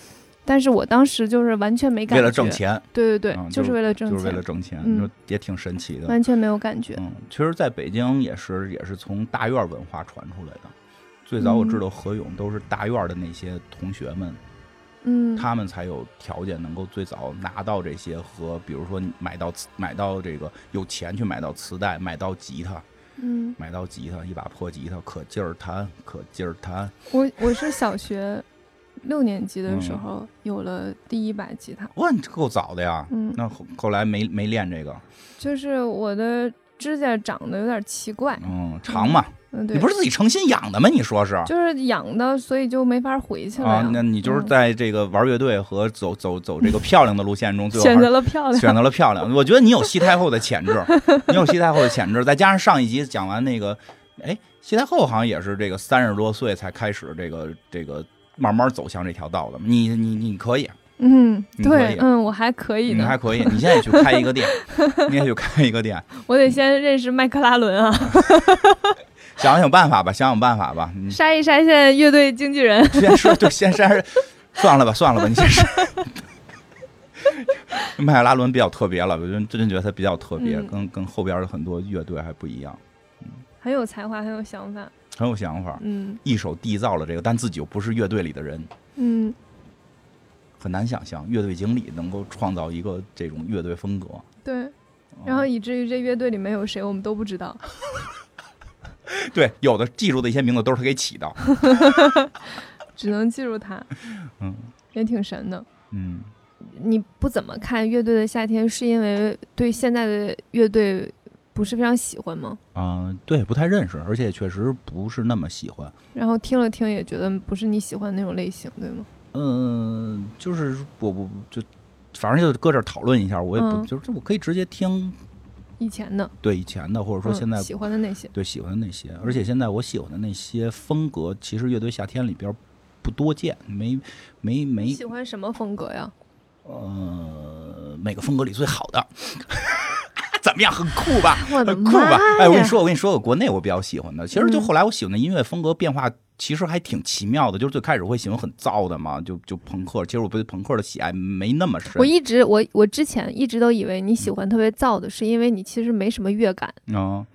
Speaker 1: 但是我当时就是完全没感觉，
Speaker 2: 为了挣，钱，
Speaker 1: 对对对，
Speaker 2: 嗯
Speaker 1: 就
Speaker 2: 就是
Speaker 1: 为了挣
Speaker 2: 就是为
Speaker 1: 钱，
Speaker 2: 了挣钱，
Speaker 1: 嗯
Speaker 2: 你说也挺神奇的。
Speaker 1: 完全没有感觉。
Speaker 2: 嗯，其实在北京也是也是从大院文化传出来的。最早我知道何勇都是大院的那些同学们，
Speaker 1: 嗯，
Speaker 2: 他们才有条件能够最早拿到这些和，比如说你买到磁买到这个有钱去买到磁带，买到吉他，
Speaker 1: 嗯，
Speaker 2: 买到吉他一把破吉他，可劲儿弹，可劲儿弹。
Speaker 1: 我我是小学六年级的时
Speaker 2: 嗯
Speaker 1: 候有了第一把吉他，
Speaker 2: 哇，你这够早的呀！
Speaker 1: 嗯，
Speaker 2: 那后后来没没练这个，
Speaker 1: 就是我的指甲长得有点奇怪，
Speaker 2: 嗯，长嘛，
Speaker 1: 嗯，
Speaker 2: 你
Speaker 1: 对
Speaker 2: 不，是自己诚心养的吗？你说是？
Speaker 1: 就是痒的，所以就没法回去了呀。
Speaker 2: 啊，那你就是
Speaker 1: 嗯
Speaker 2: 在这个玩乐队和走走走这个漂亮的路线中，最后
Speaker 1: 选
Speaker 2: 还是
Speaker 1: 择了漂亮，
Speaker 2: 选择了漂亮。我觉得你有西太后的潜质，你有西太后的潜质，再加上上一集讲完那个，哎，西太后好像也是这个三十多岁才开始这个这个慢慢走向这条道的。你你你可以，
Speaker 1: 嗯，
Speaker 2: 你可
Speaker 1: 对
Speaker 2: 以，
Speaker 1: 嗯，我还可以
Speaker 2: 你
Speaker 1: 呢，
Speaker 2: 还可以，你现在去开一个店， 你也去开一个店，
Speaker 1: 我得先认识麦克拉伦啊，
Speaker 2: 想想办法吧，想想办法吧。你
Speaker 1: 筛一筛现在乐队经纪人，
Speaker 2: 先说就先删，算了吧，算了吧，你先删。迈克拉伦比较特别了，我真真觉得他比较特别，
Speaker 1: 嗯
Speaker 2: 跟跟后边的很多乐队还不一样，
Speaker 1: 很有才华，很有想法，
Speaker 2: 很有想法，
Speaker 1: 嗯
Speaker 2: 一手缔造了这个，但自己又不是乐队里的人，
Speaker 1: 嗯，
Speaker 2: 很难想象乐队经理能够创造一个这种乐队风格。
Speaker 1: 对。
Speaker 2: 嗯
Speaker 1: 然后以至于这乐队里面有谁我们都不知道，
Speaker 2: 对有的记住的一些名字都是他给起的，
Speaker 1: 只能记住他，
Speaker 2: 嗯
Speaker 1: 也挺神的。
Speaker 2: 嗯
Speaker 1: 你不怎么看乐队的夏天，是因为对现在的乐队不是非常喜欢吗？
Speaker 2: 嗯、对，不太认识，而且确实不是那么喜欢。
Speaker 1: 然后听了听也觉得不是你喜欢那种类型，对吗？
Speaker 2: 嗯，就是我不就，反正就搁这儿讨论一下，我也不、
Speaker 1: 嗯
Speaker 2: 就是我可以直接听
Speaker 1: 以前的，
Speaker 2: 对以前的，或者说
Speaker 1: 嗯
Speaker 2: 现在、
Speaker 1: 喜欢的那些，
Speaker 2: 对喜欢的那些，而且现在我喜欢的那些风格，其实乐队夏天里边不多见，没没没
Speaker 1: 喜欢什么风格 呀？
Speaker 2: 呃，每个风格里最好的， 怎么样？很酷吧？
Speaker 1: 我的
Speaker 2: 很酷吧
Speaker 1: 妈！
Speaker 2: 哎，我跟
Speaker 1: 呀
Speaker 2: 你！说，我跟你说个国内我比较喜欢的，其实就
Speaker 1: 嗯
Speaker 2: 后来我喜欢的音乐风格变化。其实还挺奇妙的，就是最开始我会喜欢很燥的嘛，就就朋克。其实我对朋克的喜爱没那么深。
Speaker 1: 我一直我我之前一直都以为你喜欢特别燥的，是因为你其实没什么乐感。
Speaker 2: 嗯，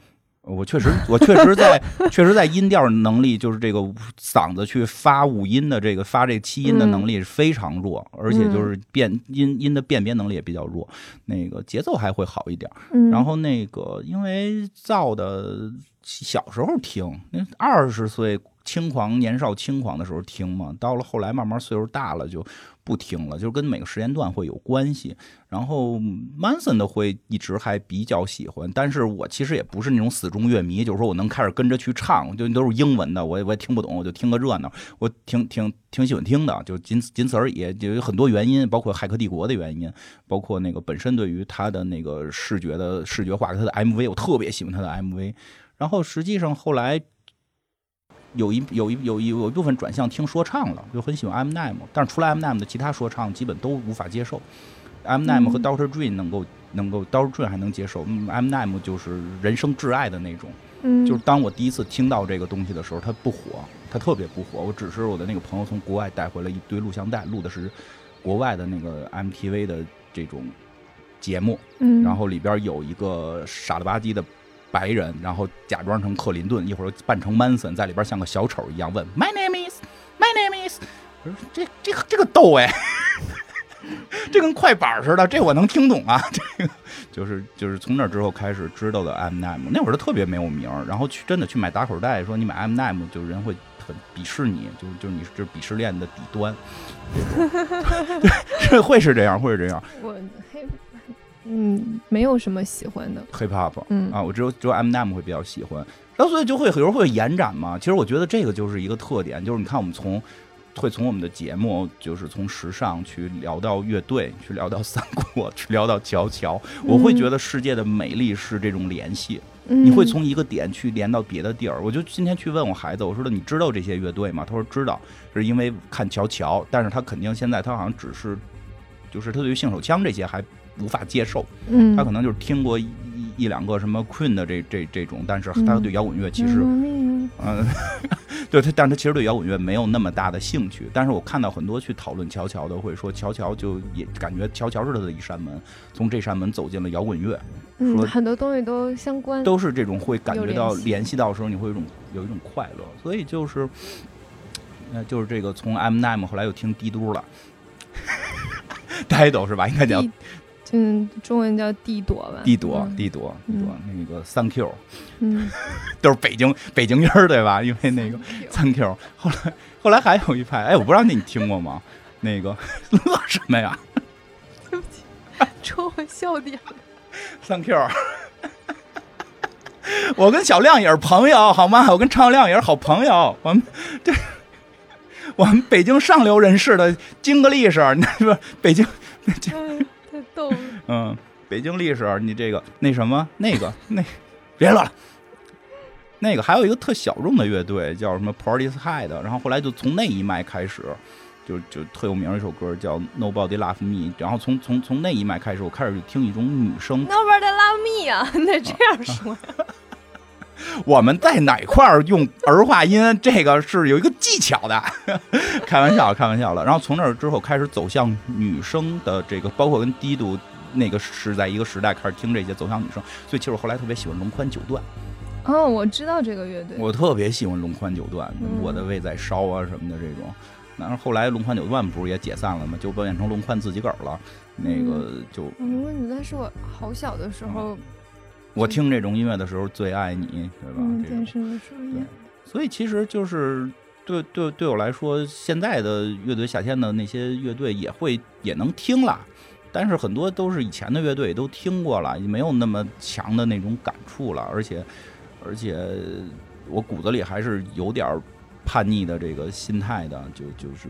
Speaker 2: 我确实，我确实在， 确实在音调能力，就是这个嗓子去发五音的这个发这七音的能力是非常弱，而且就是辨音音的辨别能力也比较弱，那个节奏还会好一点。
Speaker 1: 嗯，
Speaker 2: 然后那个因为造的小时候听，那二十岁轻狂年少轻狂的时候听嘛，到了后来慢慢岁数大了就不听了，就是跟每个时间段会有关系。然后 Manson 的会一直还比较喜欢，但是我其实也不是那种死忠乐迷，就是说我能开始跟着去唱，就都是英文的，我也我也听不懂，我就听个热闹，我挺挺挺喜欢听的，就仅此仅此而已，就有很多原因，包括《骇客帝国》的原因，包括那个本身对于他的那个视觉的视觉化，他的 MV 我特别喜欢他的 MV。然后实际上后来有一有一有一有一部分转向听说唱了，就很喜欢 Eminem，但是除了 Eminem 的其他说唱基本都无法接受。Eminem 和
Speaker 1: 嗯
Speaker 2: Dr. Dre 能够能够 Dr. Dre 还能接受嗯，Eminem 就是人生挚爱的那种。
Speaker 1: 嗯，
Speaker 2: 就是当我第一次听到这个东西的时候，它不火，它特别不火。我只是我的那个朋友从国外带回来一堆录像带，录的是国外的那个 MTV 的这种节目，
Speaker 1: 嗯，
Speaker 2: 然后里边有一个傻了吧唧的白人，然后假装成克林顿，一会儿又扮成 Manson，在里边像个小丑一样问 My name is My name is，我说这这个这个逗哎， 这跟快板似的，这我能听懂啊， 这个就是就是从那之后开始知道的 M n a m 那会儿他特别没有名儿，然后去真的去买打口袋，说你买 M n a m 就人会很鄙视你，就就你就是鄙视链的底端， 这种 会是这样，会是这样
Speaker 1: 我嘿，嗯，没有什么喜欢的，
Speaker 2: ，hip hop。
Speaker 1: 嗯
Speaker 2: 啊，我只有只有 M M 会比较喜欢，然后所以就会有时候会延展嘛。其实我觉得这个就是一个特点，就是你看我们从会从我们的节目，就是从时尚去聊到乐队，去聊到三国，去聊到乔乔，我会
Speaker 1: 嗯
Speaker 2: 觉得世界的美丽是这种联系。你会
Speaker 1: 嗯
Speaker 2: 从一个点去连到别的地儿。我就今天去问我孩子，我说的你知道这些乐队吗？他说知道，是因为看乔乔，但是他肯定现在他好像只是，就是他对于性手枪这些还无法接受。
Speaker 1: 嗯，
Speaker 2: 他可能就是听过一一一两个什么 Queen 的这这这种，但是他
Speaker 1: 嗯
Speaker 2: 对摇滚乐其实，
Speaker 1: 嗯
Speaker 2: 嗯， 对他，但是他其实对摇滚乐没有那么大的兴趣。但是我看到很多去讨论乔乔的，会说乔乔就也感觉乔乔是他的一扇门，从这扇门走进了摇滚乐，
Speaker 1: 嗯
Speaker 2: 说
Speaker 1: 很多东西都相关，
Speaker 2: 都是这种会感
Speaker 1: 有
Speaker 2: 觉
Speaker 1: 联
Speaker 2: 到
Speaker 1: 系
Speaker 2: 联系到的时候，你会有一种有一种快乐。所以就是，呃，就是这个从 M M 后来又听帝都了。 呆斗是吧？应该叫
Speaker 1: 帝嗯，中文叫帝朵吧，
Speaker 2: 帝朵，
Speaker 1: 嗯
Speaker 2: 帝朵，帝朵，那个 Thank you，
Speaker 1: 嗯，
Speaker 2: 都是北京北京音儿对吧？因为 那个 Thank you。后来后来还有一派，哎，我不知道你听过吗？那个乐什么呀
Speaker 1: 戳我笑点，
Speaker 2: ？Thank you。我跟小亮也是朋友，好吗？我跟常小亮也是好朋友。我们这我们北京上流人士的经个历史，那个北京
Speaker 1: 嗯太逗了，
Speaker 2: 嗯，北京历史，你这个那什么那个那，别说了。那个还有一个特小众的乐队叫什么 Party High 的，然后后来就从那一脉开始，就就特有名儿一首歌叫 Nobody Love Me，然后从从从那一脉开始，我开始就听一种女生。
Speaker 1: Nobody love me 啊， 那这样说，
Speaker 2: 我们在哪块儿用儿化音，这个是有一个技巧的， 开玩笑，开玩笑了。然后从那儿之后开始走向女生的这个，包括跟低度那个是在一个时代开始听这些走向女生，所以其实我后来特别喜欢龙宽九段。
Speaker 1: 哦，我知道这个乐队，
Speaker 2: 我特别喜欢龙宽九段，
Speaker 1: 嗯
Speaker 2: 我的胃在烧啊什么的这种。但是后来龙宽九段不是也解散了吗？就变成龙宽自己个儿了。那个就
Speaker 1: 嗯，我觉得是我好小的时候，
Speaker 2: 我听这种音乐的时候最爱你，对吧？
Speaker 1: 嗯，
Speaker 2: 这
Speaker 1: 电
Speaker 2: 种
Speaker 1: 视的时候演
Speaker 2: 对，所以其实就是对对对我来说，现在的乐队夏天的那些乐队也会也能听了。但是很多都是以前的乐队都听过了，也没有那么强的那种感触了，而且而且我骨子里还是有点儿叛逆的这个心态的，就就是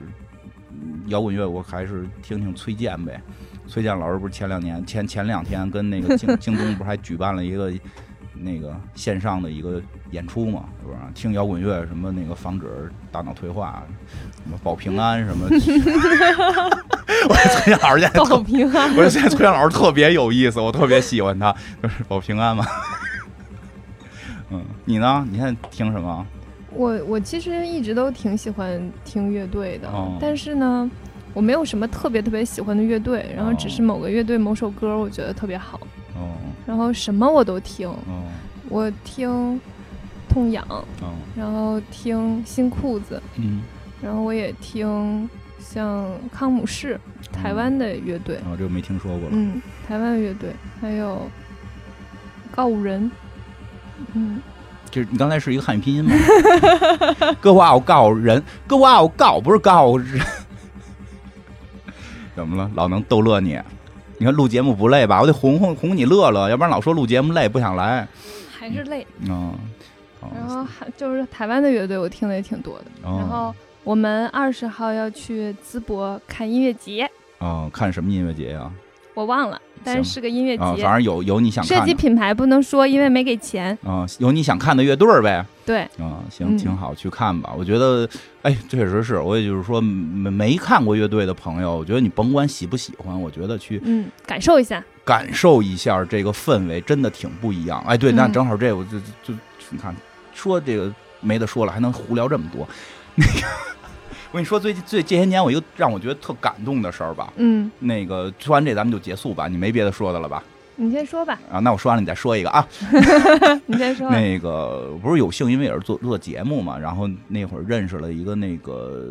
Speaker 2: 嗯摇滚乐我还是听听崔健呗。崔健老师不是前两年前前两天跟那个京 京东不是还举办了一个那个线上的一个演出嘛，是吧？听摇滚乐什么那个防止大脑退化，什么保平安什么。 我说崔健老师现在特
Speaker 1: 保平安
Speaker 2: 我觉得现在崔健老师特别有意思，我特别喜欢他，就是保平安嘛。 嗯，你呢？你现在听什么？
Speaker 1: 我我其实一直都挺喜欢听乐队的，
Speaker 2: 哦
Speaker 1: 但是呢，我没有什么特别特别喜欢的乐队，然后只是
Speaker 2: 哦
Speaker 1: 某个乐队某首歌我觉得特别好，
Speaker 2: 哦
Speaker 1: 然后什么我都听，
Speaker 2: 哦
Speaker 1: 我听痛痒，
Speaker 2: 哦，
Speaker 1: 然后听新裤子，
Speaker 2: 嗯，
Speaker 1: 然后我也听像康姆士，台湾的乐队，
Speaker 2: 哦，这个没听说过了。
Speaker 1: 嗯，台湾的乐队，还有告五人，嗯，
Speaker 2: 这你刚才是一个汉语拼音吗？哥哇我告人，哥哇我告不是告人。 怎么了？老能逗乐你？你看录节目不累吧？我得哄哄哄你乐乐，要不然老说录节目累不想来。
Speaker 1: 还是累。
Speaker 2: 嗯，哦
Speaker 1: 然后还就是台湾的乐队，我听的也挺多的。
Speaker 2: 哦
Speaker 1: 然后我们二十号要去淄博看音乐节，
Speaker 2: 哦，看什么音乐节呀、
Speaker 1: 我忘了，但是是个音乐
Speaker 2: 啊，
Speaker 1: 节。
Speaker 2: 反正有有你想看
Speaker 1: 涉
Speaker 2: 的
Speaker 1: 及品牌不能说，因为没给钱。
Speaker 2: 啊、有你想看的乐队儿呗。
Speaker 1: 对，
Speaker 2: 啊、行，
Speaker 1: 嗯
Speaker 2: 挺好，去看吧。我觉得，哎，确实是我，也就是说，没没看过乐队的朋友，我觉得你甭管喜不喜欢，我觉得去
Speaker 1: 嗯，感受一下。
Speaker 2: 感受一下这个氛围，真的挺不一样。哎，对，那
Speaker 1: 嗯
Speaker 2: 正好这我就就就你看，说这个没得说了，还能胡聊这么多。 那个，我跟你说，最最这些年我一个让我觉得特感动的事儿吧。
Speaker 1: 嗯，
Speaker 2: 那个说完这咱们就结束吧，你没别的说的了吧？
Speaker 1: 你先说吧，
Speaker 2: 啊，那我说完了你再说一个啊。
Speaker 1: 你先 说吧。
Speaker 2: 那个不是有幸，因为也是做做节目嘛，然后那会儿认识了一个那个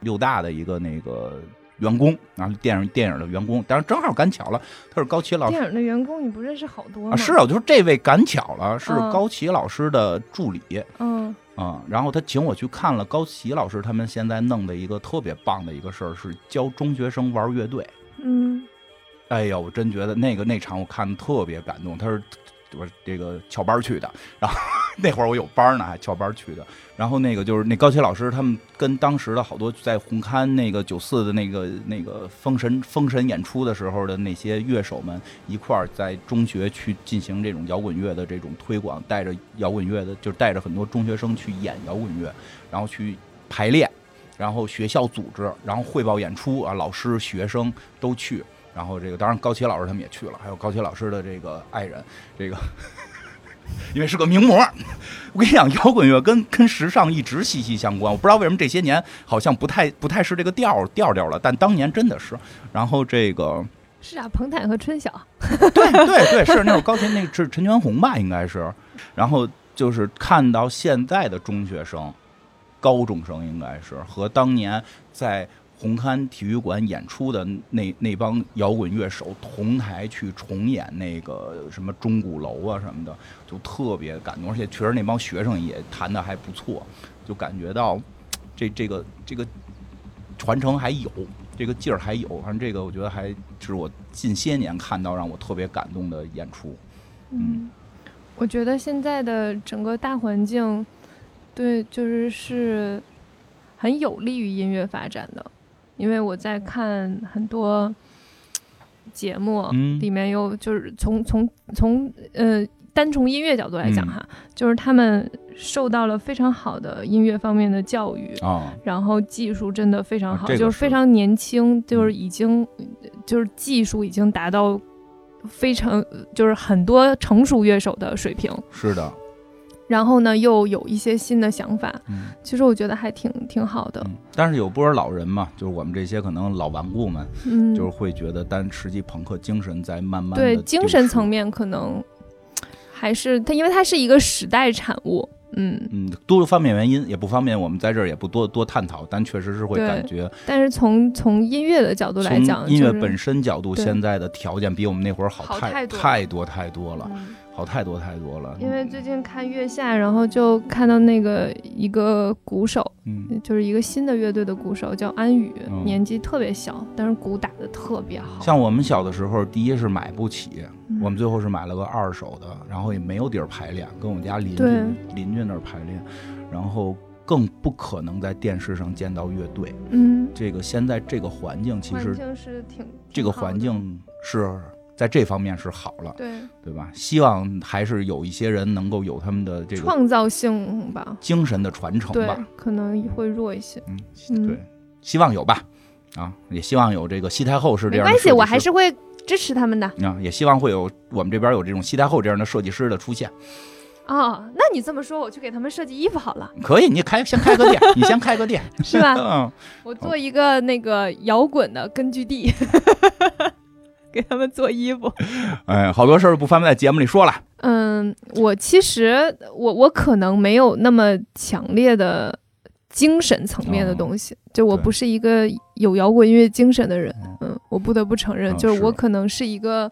Speaker 2: 六大的一个那个员工，然后电影电影的员工，当然正好赶巧了，他是高奇老师
Speaker 1: 电影的员工你不认识好多吗？
Speaker 2: 啊，是啊，我就说这位赶巧了，是
Speaker 1: 嗯
Speaker 2: 高奇老师的助理。
Speaker 1: 嗯
Speaker 2: 啊、然后他请我去看了高奇老师他们现在弄的一个特别棒的一个事儿，是教中学生玩乐队。
Speaker 1: 嗯
Speaker 2: 哎呀，我真觉得那个那场我看的特别感动。他是我是这个翘班去的，然后那会儿我有班呢，还翘班去的。然后那个就是那高奇老师他们跟当时的好多在红磡那个九四的那个那个封神封神演出的时候的那些乐手们一块儿在中学去进行这种摇滚乐的这种推广，带着摇滚乐的就是带着很多中学生去演摇滚乐，然后去排练。然后学校组织，然后汇报演出啊，老师、学生都去，然后这个当然高奇老师他们也去了，还有高奇老师的这个爱人，这个 因为是个名模，我跟你讲，摇滚乐跟跟时尚一直息息相关。我不知道为什么这些年好像不太不太是这个调儿调调了，但当年真的是。然后这个
Speaker 1: 是啊，彭坦和春晓。
Speaker 2: 对对对，是那会儿高琴那个是陈全红吧，应该是。然后就是看到现在的中学生、高中生，应该是和当年在红磡体育馆演出的那那帮摇滚乐手同台去重演那个什么钟鼓楼啊什么的，就特别感动。而且确实那帮学生也弹的还不错，就感觉到这这个这个传承还有。这个劲儿还有，反正这个我觉得还是我近些年看到让我特别感动的演出。嗯
Speaker 1: 嗯，我觉得现在的整个大环境，对，就是是很有利于音乐发展的，因为我在看很多节目，
Speaker 2: 嗯
Speaker 1: 里面有就是从从从呃单从音乐角度来讲
Speaker 2: 嗯
Speaker 1: 哈，就是他们受到了非常好的音乐方面的教育，
Speaker 2: 啊，
Speaker 1: 然后技术真的非常
Speaker 2: 啊
Speaker 1: 好，
Speaker 2: 这个
Speaker 1: 就是
Speaker 2: 是嗯
Speaker 1: 非常年轻，就是已经、就是技术已经达到非常就是很多成熟乐手的水平。
Speaker 2: 是的，
Speaker 1: 然后呢，又有一些新的想法，
Speaker 2: 嗯，
Speaker 1: 其实我觉得还挺挺好的。
Speaker 2: 嗯但是有波尔老人嘛，就是我们这些可能老顽固们，
Speaker 1: 嗯，
Speaker 2: 就是会觉得，但实际朋克精神在慢慢地
Speaker 1: 对
Speaker 2: 丢
Speaker 1: 精神
Speaker 2: 失
Speaker 1: 层，面可能还是它，因为它是一个时代产物。嗯，
Speaker 2: 嗯，多方面原因也不方便，我们在这儿也不多多探讨，但确实是会
Speaker 1: 对
Speaker 2: 感觉
Speaker 1: 但是从从音乐的角度来
Speaker 2: 从
Speaker 1: 讲，
Speaker 2: 音乐
Speaker 1: 就是
Speaker 2: 本身角度，
Speaker 1: 对
Speaker 2: 现在的条件比我们那会儿好
Speaker 1: 好太
Speaker 2: 太
Speaker 1: 多了
Speaker 2: 太多太多了。
Speaker 1: 嗯
Speaker 2: 好太多太多了。嗯
Speaker 1: 因为最近看月下，然后就看到那个一个鼓手，
Speaker 2: 嗯，
Speaker 1: 就是一个新的乐队的鼓手，叫安宇，
Speaker 2: 嗯
Speaker 1: 年纪特别小，但是鼓打得特别好。
Speaker 2: 像我们小的时候，第一是买不起，
Speaker 1: 嗯
Speaker 2: 我们最后是买了个二手的，然后也没有地儿排练，跟我们家邻居
Speaker 1: 对
Speaker 2: 邻居那儿排练，然后更不可能在电视上见到乐队。
Speaker 1: 嗯，
Speaker 2: 这个现在这个环境，其
Speaker 1: 环
Speaker 2: 实
Speaker 1: 境是挺
Speaker 2: 这个环，
Speaker 1: 挺好
Speaker 2: 境是在这方面是好了
Speaker 1: 的，对，
Speaker 2: 对吧？希望还是有一些人能够有他们的这个
Speaker 1: 创造性吧，
Speaker 2: 精神的传承
Speaker 1: 对
Speaker 2: 吧。，
Speaker 1: 可能会弱一些。
Speaker 2: 嗯，
Speaker 1: 嗯
Speaker 2: 对，希望有吧。啊，也希望有这个西太后是这
Speaker 1: 没
Speaker 2: 样的
Speaker 1: 关
Speaker 2: 设计师。
Speaker 1: 系，我还是会支持他们的
Speaker 2: 啊，也希望会有我们这边有这种西太后这样的设计师的出现。
Speaker 1: 哦。那你这么说，我去给他们设计衣服好了，
Speaker 2: 可以，你开先开 个店，你先开个店。
Speaker 1: 是吧？
Speaker 2: 嗯，
Speaker 1: 我做一个那个摇滚的根据地， 给他们做衣服。
Speaker 2: 哎，好多事儿不方便在节目里说了。
Speaker 1: 嗯，我其实我我可能没有那么强烈的精神层面的东西，就我
Speaker 2: 哦对
Speaker 1: 不是一个有摇滚乐精神的人。嗯，我不得不承认，
Speaker 2: 啊
Speaker 1: 就是是我
Speaker 2: 的
Speaker 1: 可能是一个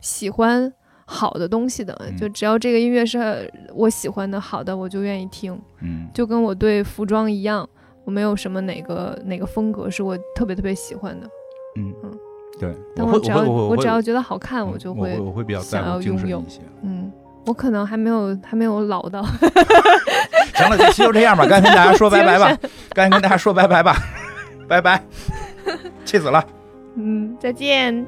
Speaker 1: 喜欢好的东西的，
Speaker 2: 嗯
Speaker 1: 就只要这个音乐是我喜欢的、好的，我就愿意听。
Speaker 2: 嗯，
Speaker 1: 就跟我对服装一样，我没有什么哪个哪个风格是我特别特别喜欢的，
Speaker 2: 对，
Speaker 1: 但
Speaker 2: 会，我
Speaker 1: 只
Speaker 2: 会，
Speaker 1: 要
Speaker 2: 我会，
Speaker 1: 只要
Speaker 2: 会
Speaker 1: 觉得好看，
Speaker 2: 嗯
Speaker 1: 就
Speaker 2: 我
Speaker 1: 会
Speaker 2: 我会比较在
Speaker 1: 想要
Speaker 2: 乎精
Speaker 1: 拥
Speaker 2: 神
Speaker 1: 有
Speaker 2: 一些。
Speaker 1: 嗯。我可能还没有还没有老到，
Speaker 2: 行了，这期就这样吧，该跟大家说拜拜吧，该 跟大家说拜拜吧，拜拜，气死了。
Speaker 1: 嗯，再见。